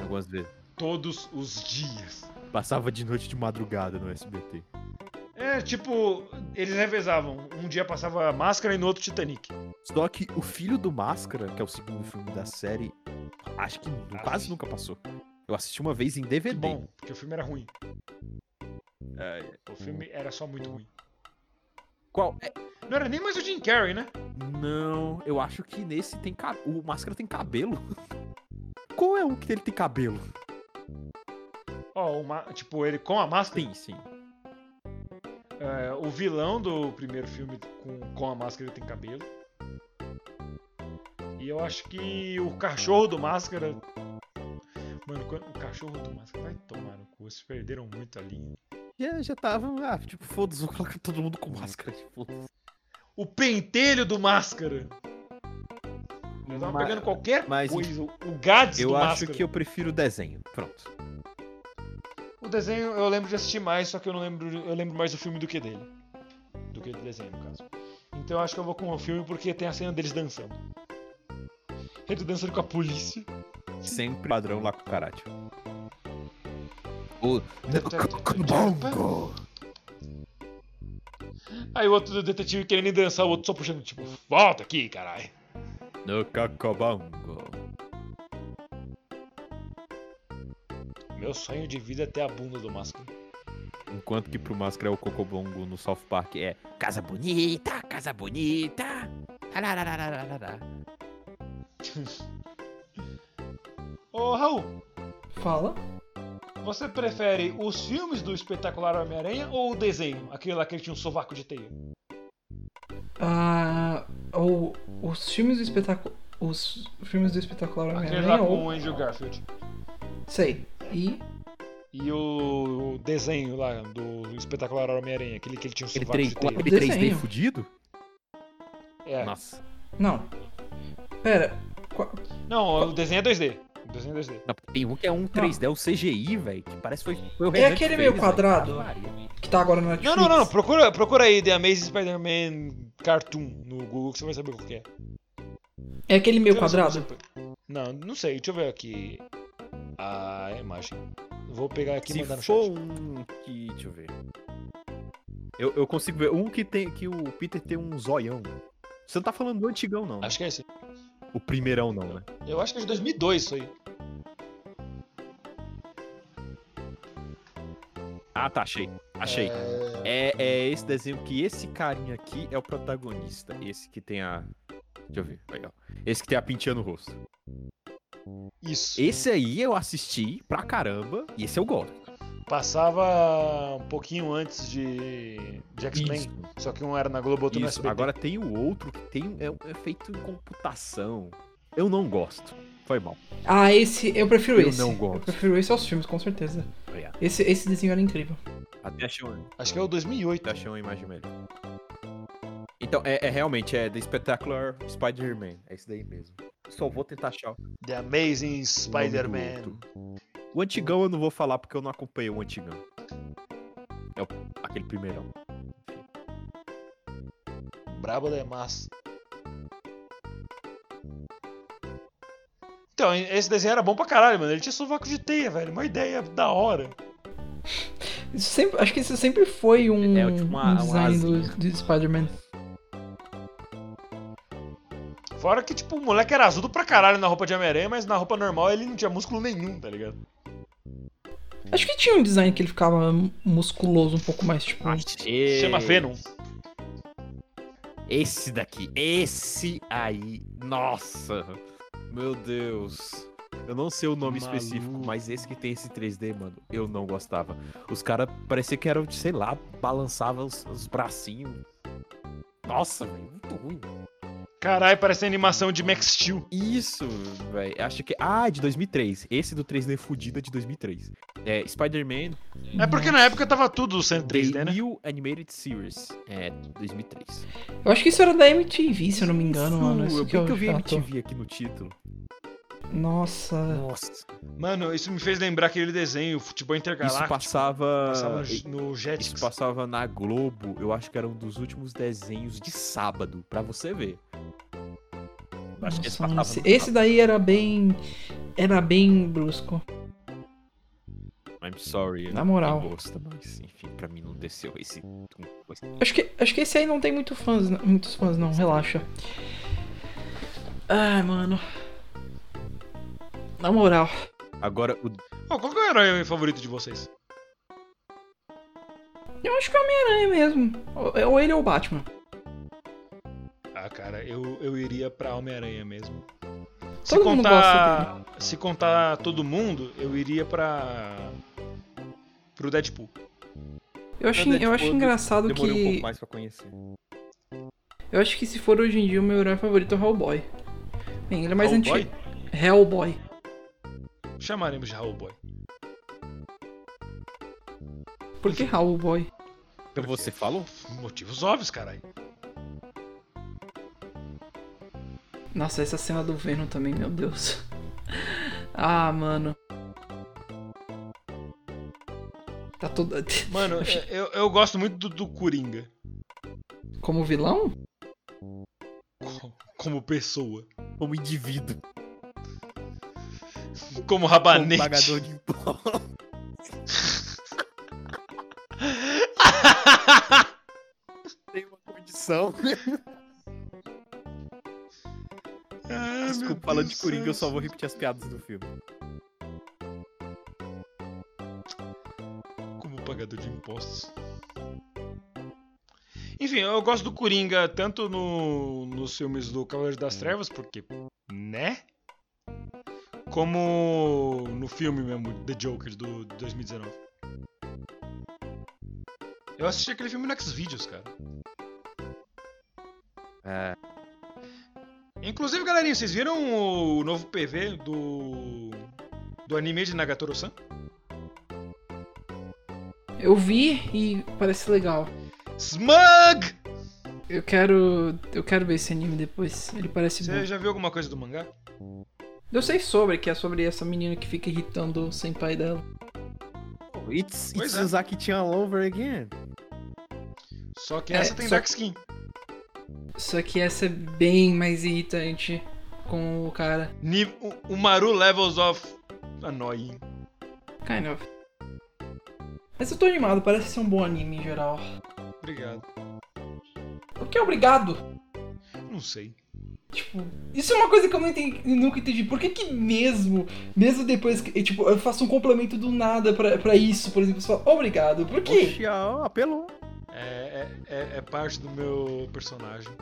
Speaker 2: Algumas vezes.
Speaker 1: Todos os dias.
Speaker 2: Passava de noite de madrugada no SBT.
Speaker 1: É, tipo, eles revezavam. Um dia passava Máscara e no outro Titanic.
Speaker 2: Só que o filho do Máscara, que é o segundo filme da série, acho que nu- quase nunca passou. Eu assisti uma vez em
Speaker 1: Que
Speaker 2: DVD.
Speaker 1: bom, porque o filme era ruim.
Speaker 2: É,
Speaker 1: O filme era só muito ruim.
Speaker 2: qual? é,
Speaker 1: Não era nem mais o Jim Carrey, né?
Speaker 2: não, eu acho que nesse tem ca... o Máscara tem cabelo. Qual é o que ele tem cabelo?
Speaker 1: Ó, uma- tipo, ele com a máscara.
Speaker 2: Sim, sim.
Speaker 1: É, o vilão do primeiro filme com, com a máscara ele tem cabelo. E eu acho que o cachorro do máscara. Mano, quando- o cachorro do máscara vai tomar no cu. Vocês perderam muito ali.
Speaker 2: Já, já tava, ah, tipo, foda-se, vou colocar todo mundo com máscara. Tipo,
Speaker 1: O pentelho do máscara. Eu tava
Speaker 2: Ma-
Speaker 1: pegando qualquer
Speaker 2: mas-
Speaker 1: coisa. O Gads
Speaker 2: eu
Speaker 1: do
Speaker 2: acho
Speaker 1: máscara.
Speaker 2: que eu prefiro o desenho. Pronto.
Speaker 1: O desenho eu lembro de assistir mais, só que eu não lembro. Eu lembro mais do filme do que dele. Do que do desenho, no caso. Então eu acho que eu vou com o filme porque tem a cena deles dançando. Eles dançando com a polícia.
Speaker 2: Sempre padrão lá com o karate.
Speaker 8: Bongo!
Speaker 1: Aí o outro detetive querendo dançar, o outro só puxando, tipo, volta aqui, caralho.
Speaker 2: No cacobongo.
Speaker 1: Meu sonho de vida é ter a bunda do máscara.
Speaker 2: Enquanto que pro máscara é o cocobongo no South Park é Casa Bonita, Casa Bonita. Arararararará.
Speaker 1: Ô, Raul,
Speaker 3: Fala.
Speaker 1: você prefere os filmes do espetacular Homem-Aranha ou o desenho? Aquele lá que ele tinha um sovaco de teia.
Speaker 3: Ah, o, os filmes do espetáculo. Os filmes do espetacular
Speaker 1: Aquele lá
Speaker 3: Homem-Aranha
Speaker 1: com
Speaker 3: ou.
Speaker 1: o Andrew Garfield.
Speaker 3: Sei. E.
Speaker 1: E o o desenho lá do espetacular Homem-Aranha, aquele que ele tinha um
Speaker 2: Aquele 3D,
Speaker 1: sovaco de teia.
Speaker 2: aquele
Speaker 3: Desenho.
Speaker 2: 3D fudido?
Speaker 1: É.
Speaker 2: Nossa.
Speaker 3: Não. Pera. qua-
Speaker 1: Não, o desenho é 2D. O desenho é 2D.
Speaker 2: Não, porque tem um que é um 3D, é um CGI, velho, que parece que foi, foi o
Speaker 3: É
Speaker 2: Renan que
Speaker 3: aquele meio
Speaker 2: fez, velho.
Speaker 3: quadrado?
Speaker 2: Ah, Maria.
Speaker 3: Que tá agora na Netflix.
Speaker 1: Não, não, não, procura, procura aí The Amazing Spider-Man Cartoon no Google que você vai saber o que é.
Speaker 3: É aquele meio
Speaker 1: Deixa eu ver se eu
Speaker 3: quadrado.
Speaker 1: consigo- Não, não sei. Deixa eu ver aqui Ah, é a imagem. Vou pegar aqui e mandar no
Speaker 2: Se
Speaker 1: chat.
Speaker 2: for um que. Deixa eu ver. Eu, eu consigo ver um que tem que o Peter tem um zoião. Você não tá falando do antigão, não. né?
Speaker 1: Acho que é esse.
Speaker 2: O primeirão, não, né?
Speaker 1: Eu acho que é de 2002 isso aí.
Speaker 2: Ah, tá, achei. Achei. É... é esse desenho que esse carinha aqui é o protagonista. Esse que tem a. Deixa eu ver. Aí, ó. Esse que tem a pintinha no rosto.
Speaker 1: Isso.
Speaker 2: Esse aí eu assisti pra caramba. E esse eu gosto.
Speaker 1: Passava um pouquinho antes de, de X-Men.
Speaker 2: Isso.
Speaker 1: Só que um era na Globo, outro no
Speaker 2: Isso,
Speaker 1: SBT.
Speaker 2: agora tem o outro que tem é, é feito em computação. Eu não gosto. Foi mal.
Speaker 3: Ah, esse. Eu prefiro
Speaker 2: Eu
Speaker 3: esse.
Speaker 2: não gosto.
Speaker 3: Eu prefiro esse aos filmes, com certeza.
Speaker 2: Obrigado.
Speaker 3: Esse, esse desenho era incrível.
Speaker 2: Até achei uma,
Speaker 1: Acho que é o 2008.
Speaker 2: até achei uma imagem melhor. Então, é, é realmente, é The Spectacular Spider-Man. É isso daí mesmo. Só vou tentar achar.
Speaker 1: The Amazing Spider-Man.
Speaker 2: O antigão eu não vou falar porque eu não acompanhei o antigão. É o- aquele primeirão.
Speaker 1: Brabo demais. Então, esse desenho era bom pra caralho, mano. Ele tinha sovaco de teia, velho. Uma ideia da hora.
Speaker 3: Isso sempre, acho que isso sempre foi um,
Speaker 2: É, tipo, uma-
Speaker 3: um
Speaker 2: uma
Speaker 3: design do,
Speaker 2: asinha.
Speaker 3: do Spider-Man.
Speaker 1: Fora que, tipo, o moleque era azudo pra caralho na roupa de Homem-Aranha, mas na roupa normal ele não tinha músculo nenhum, tá ligado?
Speaker 3: Acho que tinha um design que ele ficava musculoso um pouco mais, tipo.
Speaker 1: Ah, Se Chama Venom.
Speaker 2: Esse daqui, esse aí, nossa, meu Deus. Eu não sei o nome
Speaker 1: Maluco.
Speaker 2: específico, mas esse que tem esse 3D, mano, eu não gostava. Os caras parecia que eram, sei lá, balançavam os, os bracinhos. Nossa, velho, muito ruim.
Speaker 1: Caralho, parece a animação de Max Steel.
Speaker 2: Isso, velho, acho que... Ah, é de 2003. Esse do 3D fudido é de 2003. É, Spider-Man
Speaker 1: É porque na época tava tudo sendo 3D,
Speaker 2: The
Speaker 1: né?
Speaker 2: New Animated Series. É, 2003.
Speaker 3: Eu acho que isso era da MTV, se eu não me engano, mano. tá Isso
Speaker 2: eu,
Speaker 3: que é eu,
Speaker 2: que eu vi
Speaker 3: já tô-
Speaker 2: MTV aqui no título.
Speaker 3: Nossa.
Speaker 2: Nossa.
Speaker 1: Mano, isso me fez lembrar aquele desenho, futebol
Speaker 2: Isso
Speaker 1: intergaláctico.
Speaker 2: passava.
Speaker 1: tipo, passava no, no Jetix.
Speaker 2: Isso passava na Globo, eu acho que era um dos últimos desenhos de sábado, pra você ver. Eu acho que
Speaker 3: Nossa, mano, esse,
Speaker 2: no
Speaker 3: esse daí era bem. Era bem brusco.
Speaker 2: sábado. I'm sorry. eu
Speaker 3: Na
Speaker 2: não
Speaker 3: moral.
Speaker 2: Gosto, mas, enfim, pra mim não desceu esse.
Speaker 3: Acho que, acho que esse aí não tem muito fãs, não- muitos fãs, não, relaxa. Ai, mano. Na moral.
Speaker 2: Agora, o
Speaker 1: Ó, qual que é o herói favorito de vocês?
Speaker 3: Eu acho que é o Homem-Aranha mesmo. Ou, ou ele ou o Batman.
Speaker 1: Ah, cara, eu, eu iria pra Homem-Aranha mesmo. Se
Speaker 3: Todo mundo
Speaker 1: contar, se contar todo mundo, eu iria pra pro Deadpool.
Speaker 3: Eu acho, eu acho engraçado que.
Speaker 4: Demorei um pouco mais pra conhecer.
Speaker 3: Eu acho que se for hoje em dia, o meu herói favorito é o Hellboy. Bem, ele é mais
Speaker 1: Hellboy?
Speaker 3: antigo. Hellboy.
Speaker 1: Chamaremos de Hellboy.
Speaker 3: Por que Hellboy?
Speaker 4: Então você falou?
Speaker 1: Motivos óbvios, caralho.
Speaker 3: Nossa, essa cena do Venom também, meu Deus. Ah, mano. Tá todo.
Speaker 1: Mano, eu- eu, eu gosto muito do, do Coringa
Speaker 3: Como vilão?
Speaker 1: co- como pessoa,
Speaker 2: Um
Speaker 4: Como indivíduo.
Speaker 1: como
Speaker 4: Como
Speaker 1: rabanete.
Speaker 4: pagador de impostos. Tem uma condição.
Speaker 1: Ah, meu
Speaker 4: Desculpa, falando
Speaker 1: Deus
Speaker 4: de Coringa, eu
Speaker 1: do
Speaker 4: só
Speaker 1: céu.
Speaker 4: vou repetir as piadas do filme.
Speaker 1: Como pagador de impostos. Enfim, eu gosto do Coringa tanto no, nos filmes do Cavaleiro das Trevas, porque, né? Como no filme mesmo, The Joker, do de 2019. Eu assisti aquele filme no Xvideos, cara.
Speaker 4: É.
Speaker 1: Inclusive, galerinha, vocês viram o novo PV do do anime de Nagatoro-san?
Speaker 3: Eu vi e parece legal.
Speaker 1: Smug!
Speaker 3: Eu quero. Eu quero ver esse anime depois. Ele parece
Speaker 1: Você
Speaker 3: bom.
Speaker 1: já viu alguma coisa do mangá?
Speaker 3: Eu sei sobre, que é sobre essa menina que fica irritando o senpai dela.
Speaker 4: It's,
Speaker 1: Pois
Speaker 4: it's
Speaker 1: é.
Speaker 4: Uzaki-chan all over again.
Speaker 1: Só que
Speaker 3: É,
Speaker 1: essa tem
Speaker 3: só-
Speaker 1: dark skin.
Speaker 3: Só que essa é bem mais irritante com o cara.
Speaker 1: Ni- o- o Maru Levels of Annoying.
Speaker 3: Kind of. Mas eu tô animado, parece ser um bom anime em geral.
Speaker 1: Obrigado.
Speaker 3: O que é obrigado?
Speaker 1: Não sei.
Speaker 3: Tipo, isso é uma coisa que eu não entendi- nunca entendi. Por que que mesmo, mesmo depois que, tipo, eu faço um complemento do nada pra, pra isso, por exemplo, você fala, obrigado, por quê?
Speaker 4: Oxi, ó, apelou.
Speaker 1: É, é- é- é parte do meu personagem.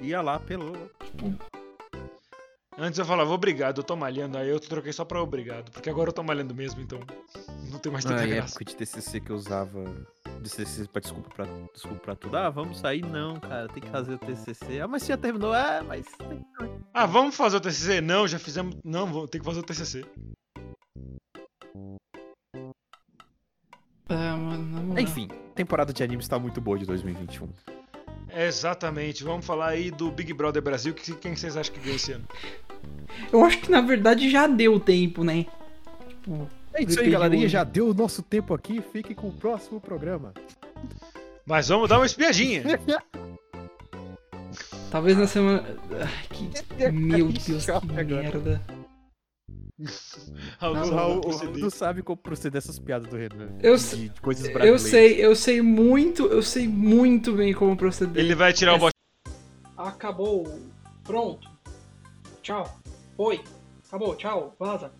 Speaker 4: Ia lá, apelou.
Speaker 1: Antes eu falava obrigado, eu tô malhando, aí eu troquei só pra obrigado, porque agora eu tô malhando mesmo, então não tem mais tanta
Speaker 4: Ah, é
Speaker 1: graça.
Speaker 4: época de TCC que eu usava de TCC pra desculpa pra, desculpa pra tudo. Ah, vamos sair? Não, cara, tem que fazer o TCC. Ah, mas você já terminou? Ah, mas...
Speaker 1: Ah, vamos fazer o TCC? Não, já fizemos. Não, vou ter que fazer o TCC.
Speaker 3: Ah, mano, na moral.
Speaker 4: Enfim, temporada de animes tá muito boa de 2021.
Speaker 1: Exatamente. Vamos falar aí do Big Brother Brasil. que- Quem vocês acham que ganha esse ano?
Speaker 3: É, Eu acho que na verdade já deu tempo, né? Tipo,
Speaker 2: É isso aí,
Speaker 3: Depende
Speaker 2: galerinha.
Speaker 3: muito.
Speaker 2: Já deu o nosso tempo aqui. Fique com o próximo programa.
Speaker 1: Mas vamos dar uma espiadinha.
Speaker 4: É,
Speaker 3: talvez na semana. Ai, que. Meu Deus,
Speaker 2: Choca
Speaker 3: que
Speaker 2: agora.
Speaker 3: merda.
Speaker 1: Raul,
Speaker 4: Nossa, o
Speaker 1: vai
Speaker 4: Raul, o Raul
Speaker 1: proceder.
Speaker 4: não sabe como proceder essas piadas do Renan. né?
Speaker 3: Eu
Speaker 4: de,
Speaker 3: sei-
Speaker 4: de coisas
Speaker 3: Eu
Speaker 4: brasileiras.
Speaker 3: sei, eu sei muito, eu sei muito bem como proceder.
Speaker 1: Ele vai tirar o bote.
Speaker 3: Acabou. Pronto. Tchau. Foi. Acabou. Tchau. Vaza.